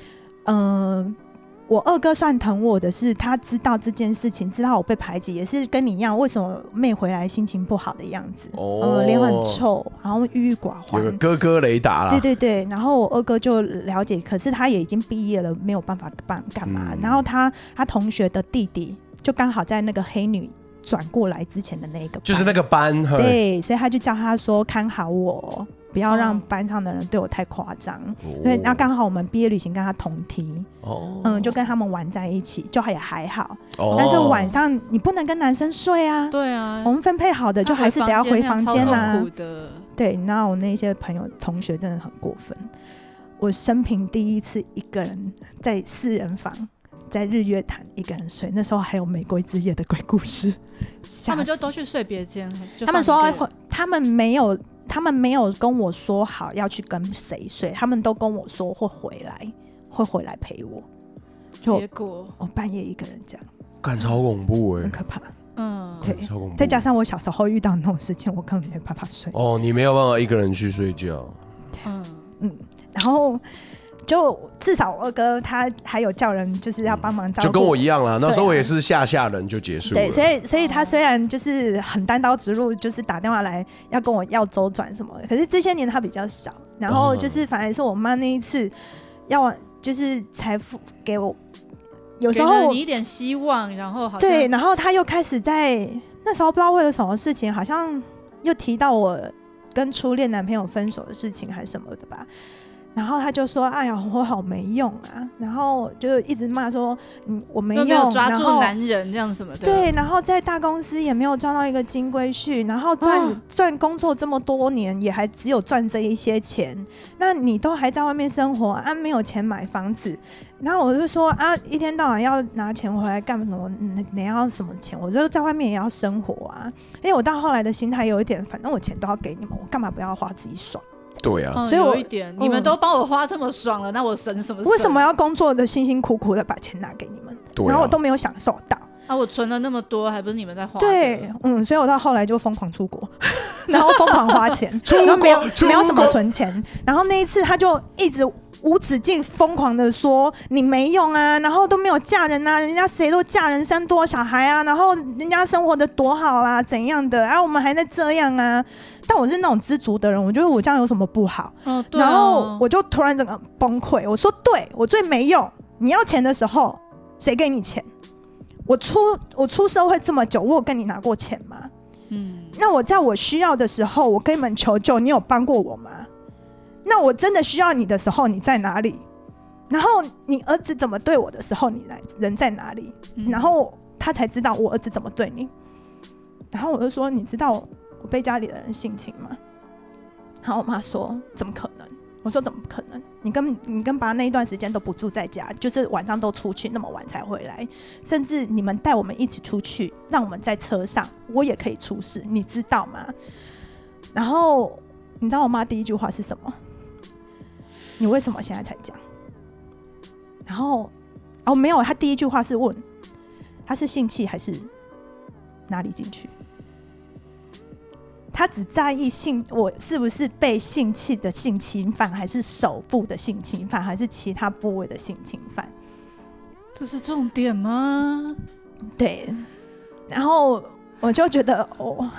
[SPEAKER 3] 嗯、我二哥算疼我的是，他知道这件事情，知道我被排挤，也是跟你一样，为什么妹回来心情不好的样子，
[SPEAKER 1] 哦
[SPEAKER 3] 呃，脸很臭，然后郁郁寡
[SPEAKER 1] 有个
[SPEAKER 3] 欢。
[SPEAKER 1] 哥哥雷达啦，
[SPEAKER 3] 对对对，然后我二哥就了解，可是他也已经毕业了，没有办法办干嘛。
[SPEAKER 1] 嗯
[SPEAKER 3] 然后他他同学的弟弟就刚好在那个黑女转过来之前的那一个班，
[SPEAKER 1] 就是那个班，嘿，
[SPEAKER 3] 对，所以他就叫他说看好我，不要让
[SPEAKER 2] 哦
[SPEAKER 3] 班上的人对我太夸张。
[SPEAKER 1] 哦
[SPEAKER 3] 对，那刚好我们毕业旅行跟他同梯，
[SPEAKER 1] 哦
[SPEAKER 3] 嗯，就跟他们玩在一起，就也还好。
[SPEAKER 1] 哦
[SPEAKER 3] 但是晚上你不能跟男生睡啊，
[SPEAKER 2] 对啊，
[SPEAKER 3] 我们分配好的就还是得要回房间
[SPEAKER 2] 那
[SPEAKER 3] 啊
[SPEAKER 2] 样超痛苦。的
[SPEAKER 3] 对，那我那些朋友同学真的很过分，我生平第一次一个人在四人房。在日月潭一个人睡，那时候还有《玫瑰之夜》的鬼故事，
[SPEAKER 2] 他们
[SPEAKER 3] 吓
[SPEAKER 2] 就
[SPEAKER 3] 死
[SPEAKER 2] 都去睡别间，就
[SPEAKER 3] 他
[SPEAKER 2] 放
[SPEAKER 3] 们说哎
[SPEAKER 2] 一个
[SPEAKER 3] 会，他们没有，他们没有跟我说好要去跟谁睡，他们都跟我说会回来，会回来陪我。就
[SPEAKER 2] 结果，
[SPEAKER 3] 我半夜一个人这样，
[SPEAKER 1] 干超恐怖
[SPEAKER 3] 很
[SPEAKER 1] 哎，
[SPEAKER 3] 可怕。
[SPEAKER 2] 嗯，
[SPEAKER 3] 对
[SPEAKER 1] 超恐怖，
[SPEAKER 3] 再加上我小时候遇到那种事情，我根本没办法睡。
[SPEAKER 1] 哦，你没有办法一个人去睡觉，
[SPEAKER 2] 嗯，
[SPEAKER 3] 嗯，然后就至少我二哥他还有叫人，就是要帮忙照顾。
[SPEAKER 1] 就跟我一样啦。那时候
[SPEAKER 3] 对啊
[SPEAKER 1] 我也是吓吓人就结束了，
[SPEAKER 3] 对，所以所以他虽然就是很单刀直入，就是打电话来要跟我要周转什么的，可是这些年他比较少。然后就是反而是我妈那一次要我就是财富给我，有时
[SPEAKER 2] 给了
[SPEAKER 3] 候我
[SPEAKER 2] 你一点希望，然后好像
[SPEAKER 3] 对，然后他又开始在那时候不知道为了什么事情，好像又提到我跟初恋男朋友分手的事情还是什么的吧。然后他就说：“哎呀，我好没用啊！”然后就一直骂说：“嗯，我没
[SPEAKER 2] 又
[SPEAKER 3] 用。”
[SPEAKER 2] 没有抓
[SPEAKER 3] 然
[SPEAKER 2] 住
[SPEAKER 3] 后
[SPEAKER 2] 男人这样什么的，
[SPEAKER 3] 对，然后在大公司也没有赚到一个金龟婿，然后
[SPEAKER 1] 啊
[SPEAKER 3] 赚、
[SPEAKER 2] 哦
[SPEAKER 3] 赚工作这么多年，也还只有赚这一些钱，那你都还在外面生活啊，没有钱买房子，然后我就说啊，一天到晚要拿钱回来干什么？你你要什么钱？我就啊在外面也要生活啊，因为我到后来的心态有一点，反正我钱都要给你们，我干嘛不要花自己爽？
[SPEAKER 1] 对啊，
[SPEAKER 2] 嗯，
[SPEAKER 3] 所以我
[SPEAKER 2] 有一点，你们都帮我花这么爽了，那我省什么省？
[SPEAKER 3] 为什么要工作的辛辛苦苦的把钱拿给你们，
[SPEAKER 1] 对啊，
[SPEAKER 3] 然后我都没有享受到？
[SPEAKER 2] 啊？我存了那么多，还不是你们在花？
[SPEAKER 3] 对，，嗯，所以我到后来就疯狂出国， 然后疯狂花钱，
[SPEAKER 1] 出国
[SPEAKER 3] 然后没有
[SPEAKER 1] 出
[SPEAKER 3] 没有什么
[SPEAKER 1] 国
[SPEAKER 3] 存钱。然后那一次他就一直无止境疯狂的说你没用啊，然后都没有嫁人啊，人家谁都嫁人生多少小孩啊，然后人家生活的多好啦、怎样的啊，我们还在这样啊。但我是那种知足的人，我觉得我这样有什么不好？
[SPEAKER 2] 哦，对啊
[SPEAKER 3] 然后我就突然整个崩溃，我说对我最没用，你要钱的时候谁给你钱？我出我出社会这么久，我有跟你拿过钱吗？
[SPEAKER 2] 嗯，
[SPEAKER 3] 那我在我需要的时候，我跟你们求救，你有帮过我吗？那我真的需要你的时候，你在哪里？然后你儿子怎么对我的时候，你来人在哪里？
[SPEAKER 2] 嗯
[SPEAKER 3] 然后他才知道我儿子怎么对你。然后我就说：“你知道我被家里的人性侵吗？”然后我妈说：“怎么可能？”我说：“怎么可能？你跟你跟爸那一段时间都不住在家，就是晚上都出去，那么晚才回来，甚至你们带我们一起出去，让我们在车上，我也可以出事，你知道吗？”然后你知道我妈第一句话是什么？你为什么现在才讲？然后哦，没有，她第一句话是问他是性器还是哪里进去？他只在意性，我是不是被性器的性侵犯，还是手部的性侵犯，还是其他部位的性侵犯？
[SPEAKER 2] 这是重点吗？
[SPEAKER 3] 对，然后我就觉得哦，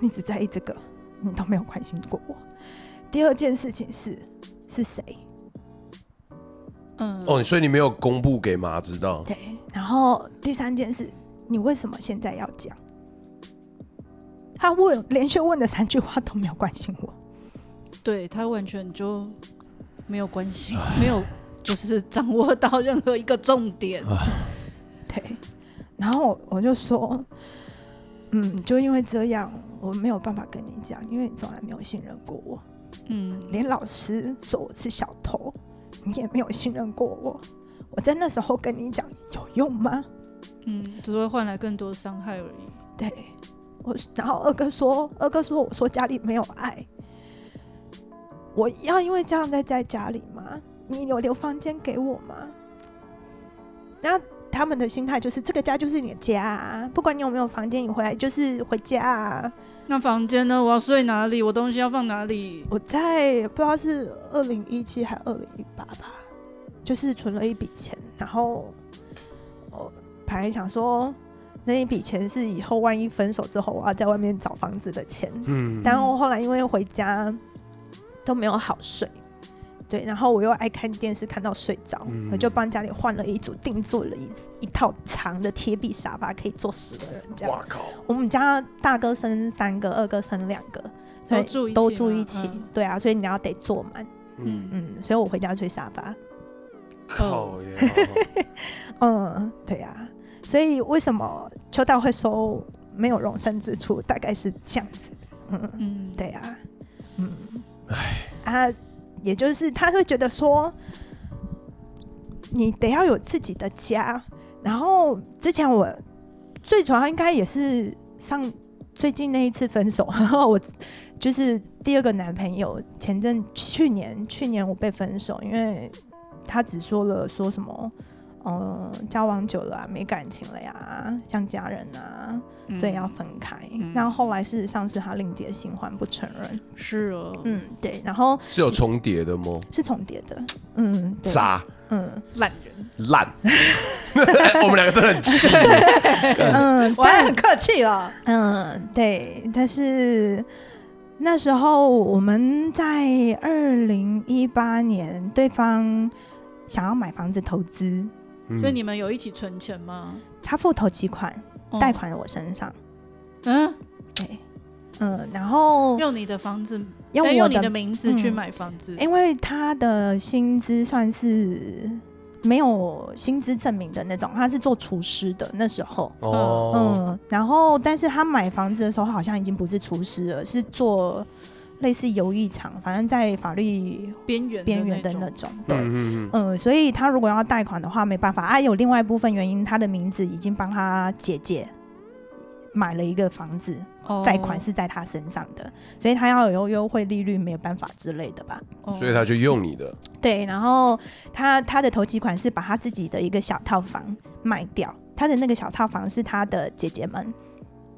[SPEAKER 3] 你只在意这个，你都没有关心过我。第二件事情是是谁？
[SPEAKER 2] 嗯，
[SPEAKER 1] 哦，所以你没有公布给妈知道，
[SPEAKER 3] 对，然后第三件事，你为什么现在要讲？他问连续问的三句话都没有关心我。
[SPEAKER 2] 对他完全就没有关系， 没有就是掌握到任何一个重点。
[SPEAKER 3] 对，然后我就说，嗯，就因为这样，我没有办法跟你讲，因为你从来没有信任过我，
[SPEAKER 2] 嗯，
[SPEAKER 3] 连老师说我是小偷，你也没有信任过我。我在那时候跟你讲有用吗？
[SPEAKER 2] 嗯，只会换来更多伤害而已。
[SPEAKER 3] 对我，然后二哥说，二哥说，我说家里没有爱，我要因为这样待在家里吗？你有留房间给我吗？然后他们的心态就是这个家就是你的家、啊，不管你有没有房间，你回来就是回家、啊。
[SPEAKER 2] 那房间呢？我要睡哪里？我东西要放哪里？
[SPEAKER 3] 我在不知道是二零一七还二零一八吧，就是存了一笔钱，然后我本来想说那一笔钱是以后万一分手之后我要在外面找房子的钱，
[SPEAKER 1] 嗯，
[SPEAKER 3] 然后后来因为回家都没有好睡，对，然后我又爱看电视看到睡着，
[SPEAKER 1] 嗯
[SPEAKER 3] 我就帮家里换了一组，定做了一一套长的贴壁沙发，可以坐十个人这样。
[SPEAKER 1] 哇靠，
[SPEAKER 3] 我们家大哥生三个，二哥生两个，所以
[SPEAKER 2] 都住一起
[SPEAKER 3] 都住
[SPEAKER 2] 吗
[SPEAKER 3] 一起，
[SPEAKER 2] 嗯
[SPEAKER 3] 对啊，所以你要得坐满，
[SPEAKER 1] 嗯，
[SPEAKER 3] 嗯，所以我回家睡沙发，
[SPEAKER 1] 靠呀，
[SPEAKER 3] 嗯，对啊，所以为什么秋道会说没有容身之处，大概是这样子，嗯。
[SPEAKER 2] 嗯，
[SPEAKER 3] 对啊，嗯，啊，也就是他会觉得说，你得要有自己的家。然后之前我最主要应该也是上最近那一次分手，然后我就是第二个男朋友，前阵去年去年我被分手，因为他只说了说什么。嗯，交往久了、啊、没感情了呀，像家人啊，
[SPEAKER 2] 嗯
[SPEAKER 3] 所以要分开。
[SPEAKER 2] 嗯
[SPEAKER 3] 那后来事实上是他另结新欢，不承认。
[SPEAKER 2] 是哦，
[SPEAKER 3] 嗯，对，然后
[SPEAKER 1] 是有重叠的吗？
[SPEAKER 3] 是重叠的。嗯，对，
[SPEAKER 1] 渣
[SPEAKER 3] 嗯
[SPEAKER 2] 懒人，
[SPEAKER 1] 烂， 我们两个真的很 气，
[SPEAKER 3] 嗯，
[SPEAKER 2] 我还
[SPEAKER 3] 但
[SPEAKER 2] 很客气了。
[SPEAKER 3] 嗯对，但是那时候我们在二零一八年，对方想要买房子投资，
[SPEAKER 1] 嗯
[SPEAKER 2] 所以你们有一起存钱吗？
[SPEAKER 3] 他付头期款，
[SPEAKER 2] 哦
[SPEAKER 3] 嗯贷？款我身上。
[SPEAKER 2] 嗯，
[SPEAKER 3] 对，嗯，然后
[SPEAKER 2] 用你的房子，
[SPEAKER 3] 用
[SPEAKER 2] 哎
[SPEAKER 3] 我
[SPEAKER 2] 你的名字去
[SPEAKER 3] 嗯
[SPEAKER 2] 买房子。
[SPEAKER 3] 因为他的薪资算是没有薪资证明的那种，他是做厨师的那时候。
[SPEAKER 1] 哦，
[SPEAKER 3] 嗯，然后但是他买房子的时候，好像已经不是厨师了，是做类似游艺场，反正在法律
[SPEAKER 2] 边缘
[SPEAKER 3] 边缘的
[SPEAKER 2] 那
[SPEAKER 3] 那
[SPEAKER 2] 种。
[SPEAKER 3] 种。对，
[SPEAKER 1] 嗯嗯嗯，
[SPEAKER 3] 嗯，所以他如果要贷款的话，没办法啊。有另外一部分原因，他的名字已经帮他姐姐买了一个房子，
[SPEAKER 2] 哦
[SPEAKER 3] 贷款是在他身上的，所以他要有优惠利率，没有办法之类的吧。
[SPEAKER 2] 哦
[SPEAKER 1] 所以他就用你的，
[SPEAKER 3] 对，然后他他的头几款是把他自己的一个小套房卖掉，他的那个小套房是他的姐姐们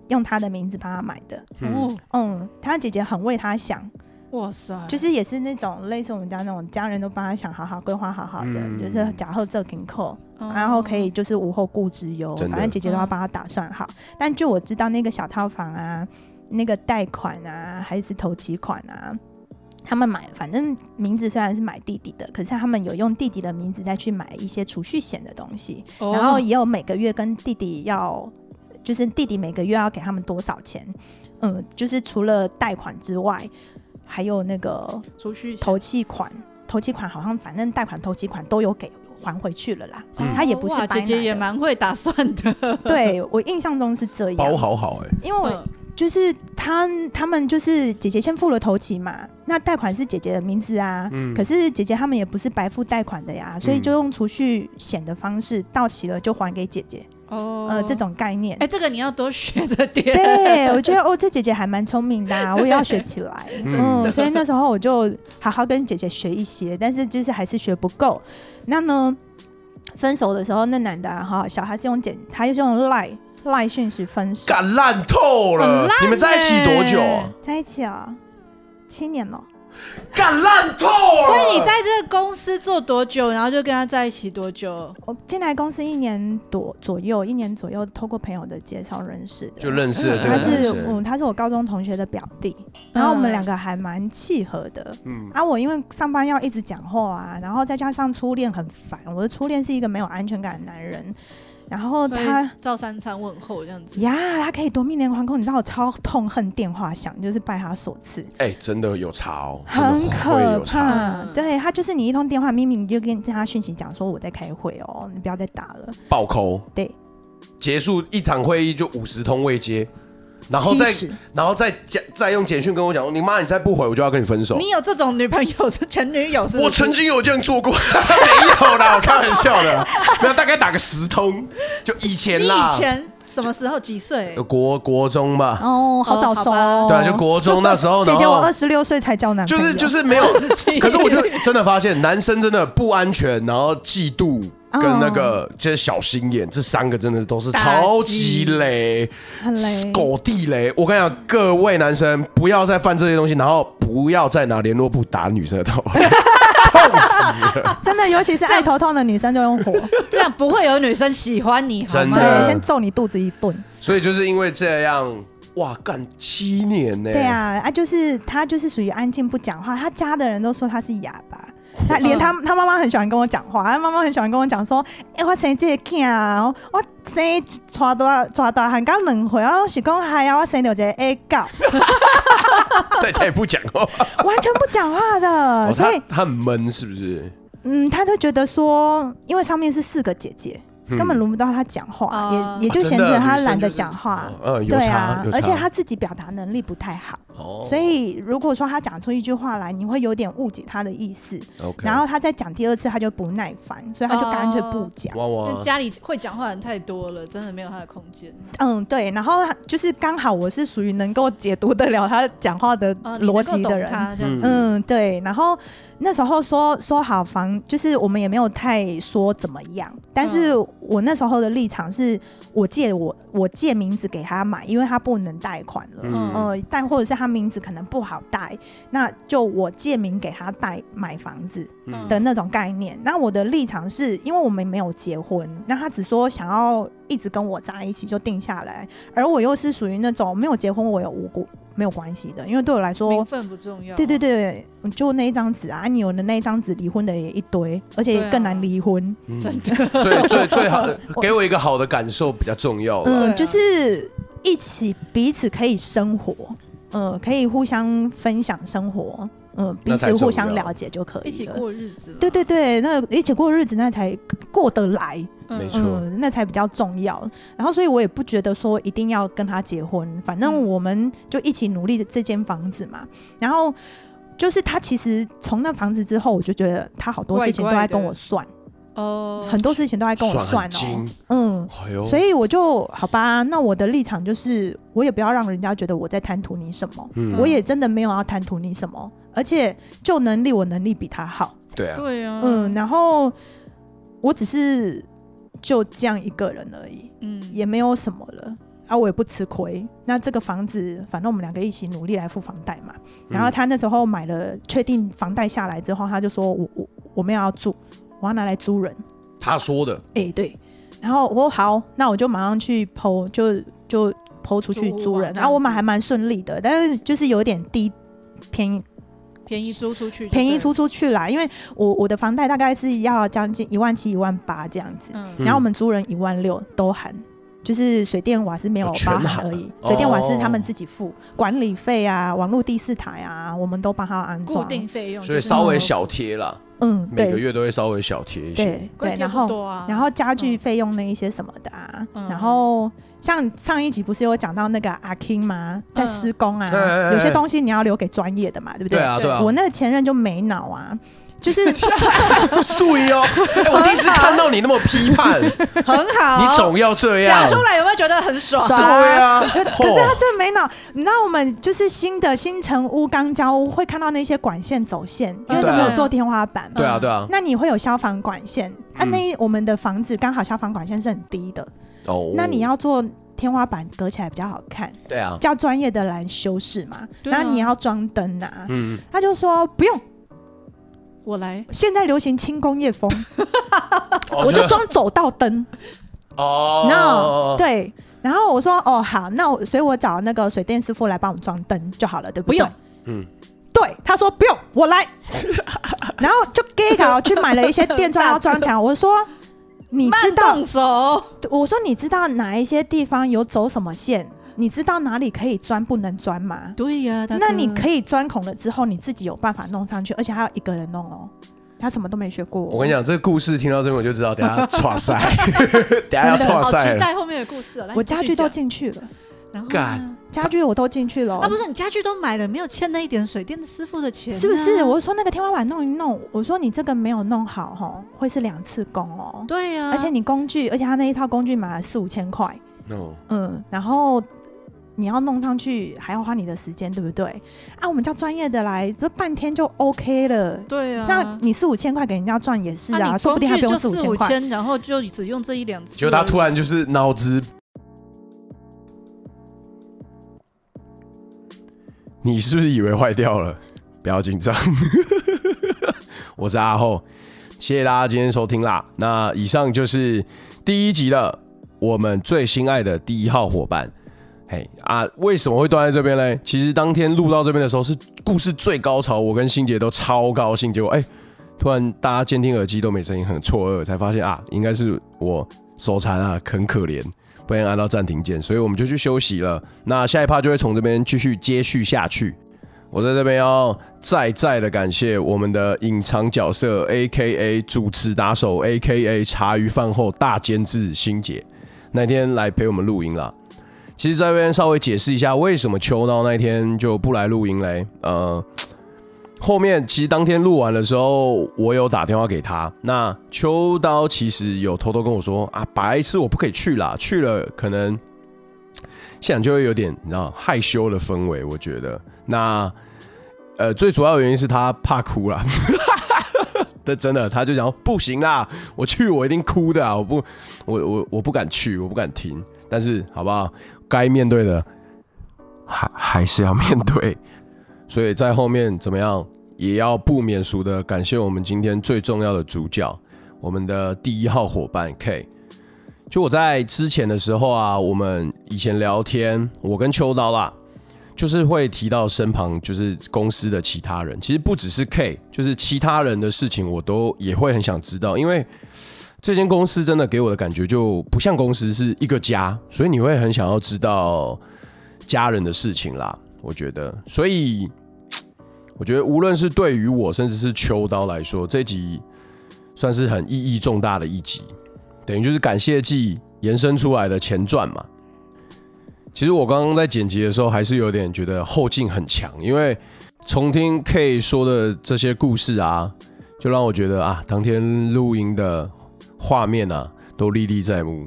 [SPEAKER 3] 用他的名字帮他买的。
[SPEAKER 1] 嗯
[SPEAKER 2] 哦
[SPEAKER 3] 嗯，他姐姐很为他想，
[SPEAKER 2] 哇塞，
[SPEAKER 3] 就是也是那种类似我们家那种家人都帮他想好好规划好好的，
[SPEAKER 1] 嗯
[SPEAKER 3] 就是假后这紧扣，
[SPEAKER 2] 嗯
[SPEAKER 3] 然后可以就是无后顾之忧，
[SPEAKER 1] 真的
[SPEAKER 3] 反正姐姐都要帮他打算好。但据我知道，那个小套房啊，那个贷款啊，还是头期款啊。他们买，反正名字虽然是买弟弟的，可是他们有用弟弟的名字再去买一些储蓄险的东西，
[SPEAKER 2] 哦
[SPEAKER 3] 然后也有每个月跟弟弟要，就是弟弟每个月要给他们多少钱，嗯，就是除了贷款之外，还有那个
[SPEAKER 2] 储蓄险
[SPEAKER 3] 投期款，投期款好像反正贷款、投期款都有给还回去了啦。
[SPEAKER 1] 嗯
[SPEAKER 3] 他也不是
[SPEAKER 2] 哦哇姐
[SPEAKER 3] 白拿
[SPEAKER 2] 姐也
[SPEAKER 3] 的
[SPEAKER 2] 蛮会打算的，
[SPEAKER 3] 对我印象中是这
[SPEAKER 1] 包
[SPEAKER 3] 样，
[SPEAKER 1] 好好哎、
[SPEAKER 3] 因为我
[SPEAKER 2] 嗯
[SPEAKER 3] 就是他他们就是姐姐先付了头期嘛，那贷款是姐姐的名字啊。
[SPEAKER 1] 嗯
[SPEAKER 3] 可是姐姐他们也不是白付贷款的呀，所以就用储蓄险的方式，到期了就还给姐姐，
[SPEAKER 2] 哦
[SPEAKER 3] 呃，这种概念
[SPEAKER 2] 哎、。这个你要多学着 点。
[SPEAKER 3] 对，我觉得哦，这姐姐还蛮聪明的、啊，我也要学起来。
[SPEAKER 1] 嗯
[SPEAKER 3] 嗯，所以那时候我就好好跟姐姐学一些，但是就是还是学不够。那呢，分手的时候，那男的啊哈、小孩是用简，他就是用赖赖讯息分手，
[SPEAKER 1] 敢烂透了
[SPEAKER 2] 很烂欸
[SPEAKER 1] 你们在一起多久、啊？
[SPEAKER 3] 在一起啊，七年了。
[SPEAKER 1] 敢烂透了！
[SPEAKER 2] 所以你在这个公司做多久，然后就跟他在一起多久？
[SPEAKER 3] 我进来公司一年多左右，一年左右，透过朋友的介绍认识的。
[SPEAKER 1] 就认识了这个
[SPEAKER 3] 他
[SPEAKER 1] 男
[SPEAKER 3] 是
[SPEAKER 1] 生，
[SPEAKER 3] 嗯，他是我高中同学的表弟，然后我们两个还蛮契合的。
[SPEAKER 1] 嗯，
[SPEAKER 3] 啊，我因为上班要一直讲话啊，然后再加上初恋很烦，我的初恋是一个没有安全感的男人，然后他
[SPEAKER 2] 会照三餐问候这样子。
[SPEAKER 3] 呀，他可以夺命连环扣，你知道我超痛恨电话响，就是拜他所赐，
[SPEAKER 1] 哎、真的有差哦，真的
[SPEAKER 3] 很
[SPEAKER 1] 会
[SPEAKER 3] 可
[SPEAKER 1] 有差。
[SPEAKER 3] 怕。
[SPEAKER 2] 嗯
[SPEAKER 3] 对他就是你一通电话，明明你就跟跟他讯息讲说我在开会哦，你不要再打了。
[SPEAKER 1] 爆扣，
[SPEAKER 3] 对，
[SPEAKER 1] 结束一场会议就五十通未接，然后再
[SPEAKER 3] 70
[SPEAKER 1] 然后再加再用简讯跟我讲说，你妈你再不回我就要跟你分手。
[SPEAKER 2] 你有这种女朋友是前女友是不是？
[SPEAKER 1] 我曾经有这样做过， 没有啦，我开玩笑的啦，没有，大概打个十通，就以前
[SPEAKER 2] 你
[SPEAKER 1] 啦，
[SPEAKER 2] 以前什么时候几岁？
[SPEAKER 1] 国国中吧，
[SPEAKER 3] 哦，好早熟哦。
[SPEAKER 1] 对啊，就国中那时候，
[SPEAKER 3] 姐姐，
[SPEAKER 1] 然后
[SPEAKER 3] 我二十六岁才交男朋
[SPEAKER 1] 就
[SPEAKER 3] 友，
[SPEAKER 1] 是就是没有，可是我就真的发现男生真的不安全，然后嫉妒。跟那
[SPEAKER 3] 哦
[SPEAKER 1] 个就是小心眼，这三个真的都是超级雷，
[SPEAKER 3] 很累。
[SPEAKER 1] 狗地雷。我跟你讲，各位男生不要再犯这些东西，然后不要再拿联络簿打女生的头， 痛死了！
[SPEAKER 3] 真的，尤其是爱头痛的女生就用 火，
[SPEAKER 2] 这样不会有女生喜欢你，好
[SPEAKER 1] 真
[SPEAKER 2] 吗？
[SPEAKER 1] 的
[SPEAKER 3] 对，先揍你肚子一顿。
[SPEAKER 1] 所以就是因为这样，哇，干七年呢、
[SPEAKER 3] 对，啊，啊，就是他就是属于安静不讲话，他家的人都说他是哑 巴。他连他他妈妈很喜欢跟我讲话，他妈妈很喜欢跟我讲说：“哎、我生这个囝啊，我生娶大娶大汉到两岁，我是讲嗨啊，我生到一个 A 狗，
[SPEAKER 1] 在家也不讲话，
[SPEAKER 3] 完全不讲话的。
[SPEAKER 1] 哦、
[SPEAKER 3] 所
[SPEAKER 1] 他
[SPEAKER 3] 以，
[SPEAKER 1] 他很闷，是不是？
[SPEAKER 3] 嗯，他就觉得说，因为上面是四个姐姐，根本轮不到他讲话，
[SPEAKER 2] 哦
[SPEAKER 3] 也也就
[SPEAKER 1] 嗯啊
[SPEAKER 3] 嫌
[SPEAKER 1] 真的
[SPEAKER 3] 着他
[SPEAKER 1] 女生
[SPEAKER 3] 懒得
[SPEAKER 1] 就是
[SPEAKER 3] 讲话。
[SPEAKER 1] 嗯、有
[SPEAKER 3] 对
[SPEAKER 1] 差，
[SPEAKER 3] 啊
[SPEAKER 1] 有，差
[SPEAKER 3] 而且他自己表达能力不太好。
[SPEAKER 1] 哦
[SPEAKER 3] 所以，如果说他讲出一句话来，你会有点误解他的意思，
[SPEAKER 1] OK，啊
[SPEAKER 3] 然后他再讲第二次，他就不耐烦，所以他就干脆不讲。
[SPEAKER 1] 哇哇，
[SPEAKER 2] 家里会讲话的人太多了，真的没有他的空间。
[SPEAKER 3] 嗯，对。然后他就是刚好我是属于能够解读得了他讲话的
[SPEAKER 2] 哦你能够
[SPEAKER 3] 逻辑的
[SPEAKER 2] 懂
[SPEAKER 3] 人。
[SPEAKER 2] 他这样子。
[SPEAKER 3] 嗯，对。然后那时候说说好房，就是我们也没有太说怎么样，但是
[SPEAKER 2] 嗯
[SPEAKER 3] 我那时候的立场是我借我我借名字给他买，因为他不能贷款了。
[SPEAKER 1] 嗯
[SPEAKER 3] 呃，但或者是他名字可能不好贷，那就我借名给他贷买房子
[SPEAKER 1] 嗯
[SPEAKER 3] 的那种概念。那我的立场是因为我们没有结婚，那他只说想要一直跟我在一起就定下来，而我又是属于那种没有结婚我有无辜没有关系的，因为对我来
[SPEAKER 1] 嗯
[SPEAKER 2] 名
[SPEAKER 3] 说，
[SPEAKER 2] 分不重要。
[SPEAKER 3] 对对对，就那一张纸啊，你有的那一张纸离婚的也一堆，而
[SPEAKER 2] 对
[SPEAKER 3] 且
[SPEAKER 2] 啊
[SPEAKER 3] 更难离婚。
[SPEAKER 1] 嗯
[SPEAKER 2] 真的。
[SPEAKER 1] 最最最好的，给我一个好的感受比较重要吧。
[SPEAKER 2] 对啊
[SPEAKER 3] 嗯，就是一起彼此可以生活，嗯，可以互相分享生活，嗯，彼
[SPEAKER 1] 那才
[SPEAKER 3] 此
[SPEAKER 1] 重要
[SPEAKER 3] 互相了解就可
[SPEAKER 2] 一
[SPEAKER 3] 以
[SPEAKER 2] 起
[SPEAKER 3] 了。
[SPEAKER 2] 过日子啦。
[SPEAKER 3] 对对对，那一起过日子那才过得来，
[SPEAKER 2] 嗯，
[SPEAKER 1] 没错
[SPEAKER 3] 嗯，那才比较重要。然后，所以我也不觉得说一定要跟他结婚，反正
[SPEAKER 2] 嗯
[SPEAKER 3] 我们就一起努力这间房子嘛。然后就是他其实从那房子之后，我就觉得他好多事情都
[SPEAKER 2] 怪怪
[SPEAKER 3] 在
[SPEAKER 2] 的
[SPEAKER 3] 跟我算，
[SPEAKER 2] 哦，
[SPEAKER 3] 很多事情都在跟我
[SPEAKER 1] 算嗯很
[SPEAKER 3] 算哦，
[SPEAKER 1] 精，
[SPEAKER 3] 嗯，
[SPEAKER 1] 哎呦，
[SPEAKER 3] 所以我就好吧，那我的立场就是，我也不要让人家觉得我在贪图你什么，
[SPEAKER 1] 嗯
[SPEAKER 3] 我也真的没有要贪图你什么，而且就能力，我能力比他好，
[SPEAKER 1] 对啊，
[SPEAKER 2] 对啊，
[SPEAKER 3] 嗯，然后我只是就这样一个人而已，
[SPEAKER 2] 嗯
[SPEAKER 3] 也没有什么了。啊，我也不吃亏。那这个房子，反正我们两个一起努力来付房贷嘛。然后他那时候买了，确定房贷下来之后，他就说我我我没有要住，我要拿来租人。
[SPEAKER 1] 他说的，
[SPEAKER 3] 哎、对。然后我说好，那我就马上去剖，就就剖出去
[SPEAKER 2] 租屋
[SPEAKER 3] 租
[SPEAKER 2] 啊
[SPEAKER 3] 人。
[SPEAKER 2] 这
[SPEAKER 3] 然后我
[SPEAKER 2] 样
[SPEAKER 3] 买
[SPEAKER 2] 子
[SPEAKER 3] 还蛮顺利的，但是就是有点低便宜
[SPEAKER 2] 便宜租出去，
[SPEAKER 3] 便宜出，出去啦，因为我我的房贷大概是要将近一万七、一万八这样子，
[SPEAKER 2] 嗯，
[SPEAKER 1] 嗯
[SPEAKER 3] 然后我们租人一万六都含，就是水电瓦是没有
[SPEAKER 1] 哦全
[SPEAKER 3] 包
[SPEAKER 1] 含
[SPEAKER 3] 含而已，
[SPEAKER 1] 哦
[SPEAKER 3] 水电瓦是他们自己付，管理费啊、网络第四台啊，我们都帮他安
[SPEAKER 2] 固
[SPEAKER 3] 装。
[SPEAKER 2] 定费用，
[SPEAKER 1] 嗯所以
[SPEAKER 2] 就是
[SPEAKER 1] 稍微小贴啦，
[SPEAKER 3] 嗯，
[SPEAKER 1] 每个
[SPEAKER 3] 对
[SPEAKER 1] 月都会稍微小贴一些。
[SPEAKER 3] 对
[SPEAKER 2] 规
[SPEAKER 3] 对，
[SPEAKER 2] 定
[SPEAKER 3] 然
[SPEAKER 2] 不
[SPEAKER 3] 后
[SPEAKER 2] 多啊
[SPEAKER 3] 然后家具费用那一些什么的啊，
[SPEAKER 2] 嗯
[SPEAKER 3] 然后像上一集不是有讲到那个阿 King 吗，在
[SPEAKER 2] 嗯
[SPEAKER 3] 施工啊，
[SPEAKER 1] 哎哎哎
[SPEAKER 3] 有些东西你要留给专业的嘛，对不
[SPEAKER 1] 对啊，对啊，
[SPEAKER 3] 我那个前任就没脑 啊，就是
[SPEAKER 1] 注意 哦！哎我第一次看到你那么批判，你
[SPEAKER 2] 很好，
[SPEAKER 1] 总要这样
[SPEAKER 2] 讲。出来有没有觉得很爽？
[SPEAKER 1] 对啊，
[SPEAKER 3] 可是他
[SPEAKER 1] 嚯
[SPEAKER 3] 真的没脑，你知道我们就是新的新城屋刚交屋会看到那些管线走线，因
[SPEAKER 1] 对
[SPEAKER 3] 为都
[SPEAKER 1] 啊
[SPEAKER 3] 没有做天花板嘛。
[SPEAKER 1] 对啊，对
[SPEAKER 2] 嗯
[SPEAKER 1] 啊，
[SPEAKER 3] 那你会有消防管线啊？
[SPEAKER 1] 嗯
[SPEAKER 3] 那一我们的房子刚好消防管线是很低的，
[SPEAKER 1] 哦，
[SPEAKER 3] 那你要做天花板隔起来比较好看，
[SPEAKER 1] 对啊，
[SPEAKER 3] 叫专业的来修饰嘛。
[SPEAKER 2] 对啊
[SPEAKER 3] 然后你要装灯啊，
[SPEAKER 1] 嗯，
[SPEAKER 3] 他就说不用，
[SPEAKER 2] 我来，
[SPEAKER 3] 现在流行轻工业风，
[SPEAKER 1] 哦
[SPEAKER 3] 我 就装走道灯。
[SPEAKER 1] 哦
[SPEAKER 3] no，对。然后我说哦好，那我所以我找那个水电师傅来帮我们装灯就好了，对不
[SPEAKER 2] 不
[SPEAKER 3] 对？
[SPEAKER 2] 用
[SPEAKER 1] 嗯，
[SPEAKER 3] 对，他说不用，我 来。然后就 gay 搞去买了一些电钻要装墙，我说你知
[SPEAKER 2] 慢
[SPEAKER 3] 道
[SPEAKER 2] 动，手，
[SPEAKER 3] 我说你知道哪一些地方有走什么线，你知道哪里可以钻不能钻吗？
[SPEAKER 2] 对呀，大哥
[SPEAKER 3] 那你可以钻孔了之后，你自己有办法弄上去，而且还要一个人弄哦。他什么都没学过，
[SPEAKER 1] 我跟你讲，这个故事听到这边我就知道，等 下岔赛， 等下要岔
[SPEAKER 2] 好
[SPEAKER 1] 赛
[SPEAKER 2] 期
[SPEAKER 1] 了。
[SPEAKER 2] 待后面的故事哦。来
[SPEAKER 3] 我家具都，
[SPEAKER 2] 继续
[SPEAKER 3] 进去了，
[SPEAKER 2] 讲然后
[SPEAKER 1] 干
[SPEAKER 2] 呢？
[SPEAKER 3] 家具我都进去了哦。
[SPEAKER 2] 啊，不是你家具都买了，没有欠那一点水电师傅的钱啊，
[SPEAKER 3] 是不是？我说那个天花板弄一弄，我说你这个没有弄好吼，会是两次工哦。
[SPEAKER 2] 对啊呀，
[SPEAKER 3] 而且你工具，而且他那一套工具买了四五千块，
[SPEAKER 1] No，
[SPEAKER 3] 嗯，然后你要弄上去还要花你的时间，对不对？啊，我们叫专业的来，这半天就 OK 了。
[SPEAKER 2] 对啊，
[SPEAKER 3] 那你四五千块给人家赚也是啊，
[SPEAKER 2] 你
[SPEAKER 3] 说不定还不用
[SPEAKER 2] 工具
[SPEAKER 3] 四
[SPEAKER 2] 就
[SPEAKER 3] 五
[SPEAKER 2] 四
[SPEAKER 3] 千块。
[SPEAKER 2] 千，然后就只用这一两次而已。
[SPEAKER 1] 结果他突然就是脑子，你是不是以为坏掉了？ 不要紧张，我是阿厚，谢谢大家今天收听啦。那以上就是第一集的我们最心爱的第一号伙伴。嘿啊，为什么会断在这边嘞？其实当天录到这边的时候是故事最高潮，我跟欣姐都超高兴。结果哎、突然大家监听耳机都没声音，很错愕，才发现啊，应该是我手残啊，很可怜，不然按到暂停键，所以我们就去休息了。那下一趴就会从这边继续接续下去。我在这边要再再的感谢我们的隐藏角色 A K A 主持打手 A K A 茶余饭后大监制欣姐，那天来陪我们录音啦。其实在这边稍微解释一下，为什么秋刀那天就不来录音嘞？呃，后面其实当天录完的时候，我有打电话给他。那秋刀其实有偷偷跟我说啊，白痴，我不可以去啦，去了可能现场就会有点你知道害羞的氛围，我觉得。那呃，最主要的原因是他怕哭啦。 但真的，他就讲不行啦，我去我一定哭的啊！我不，我我我不敢去，我不敢听。但是好不好，该面对的还还是要面对。所以在后面怎么样，也要不免俗的感谢我们今天最重要的主角，我们的第一号伙伴 K。就我在之前的时候啊，我们以前聊天，我跟秋刀啦，就是会提到身旁就是公司的其他人，其实不只是 K，就是其他人的事情，我都也会很想知道，因为这间公司真的给我的感觉就不像公司是一个家，所以你会很想要知道家人的事情啦。我觉得，所以我觉得无论是对于我，甚至是秋刀来说，这集算是很意义重大的一集，等于就是感谢季延伸出来的前传嘛。其实我刚刚在剪辑的时候，还是有点觉得后劲很强，因为重听 K 说的这些故事啊，就让我觉得啊，当天录音的画面啊，都历历在目。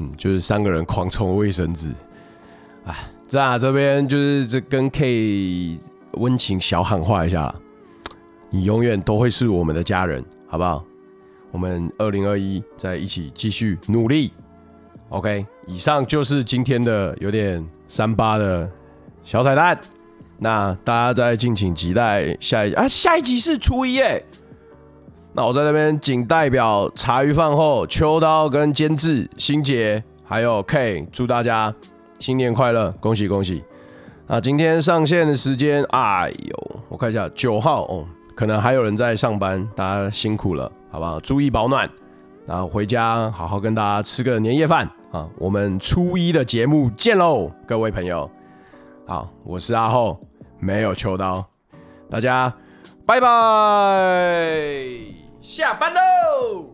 [SPEAKER 1] 嗯，就是三个人狂冲卫生纸，哎，在啊这边就是这跟 K 温情小喊话一下啦，你永远都会是我们的家人，好不好？我们二零二一再一起继续努力， OK，以上就是今天的有点三八的小彩蛋。那大家再敬请期待下一啊，下一集是初一耶。那我在这边仅代表茶余饭后、秋刀跟监制新杰还有 K，祝大家新年快乐，恭喜恭喜！那啊今天上线的时间，哎呦，我看一下九号哦，可能还有人在上班，大家辛苦了，好不好？注意保暖，然后回家好好跟大家吃个年夜饭啊！我们初一的节目见喽，各位朋友。好，我是阿厚，没有秋刀，大家拜拜，下班喽。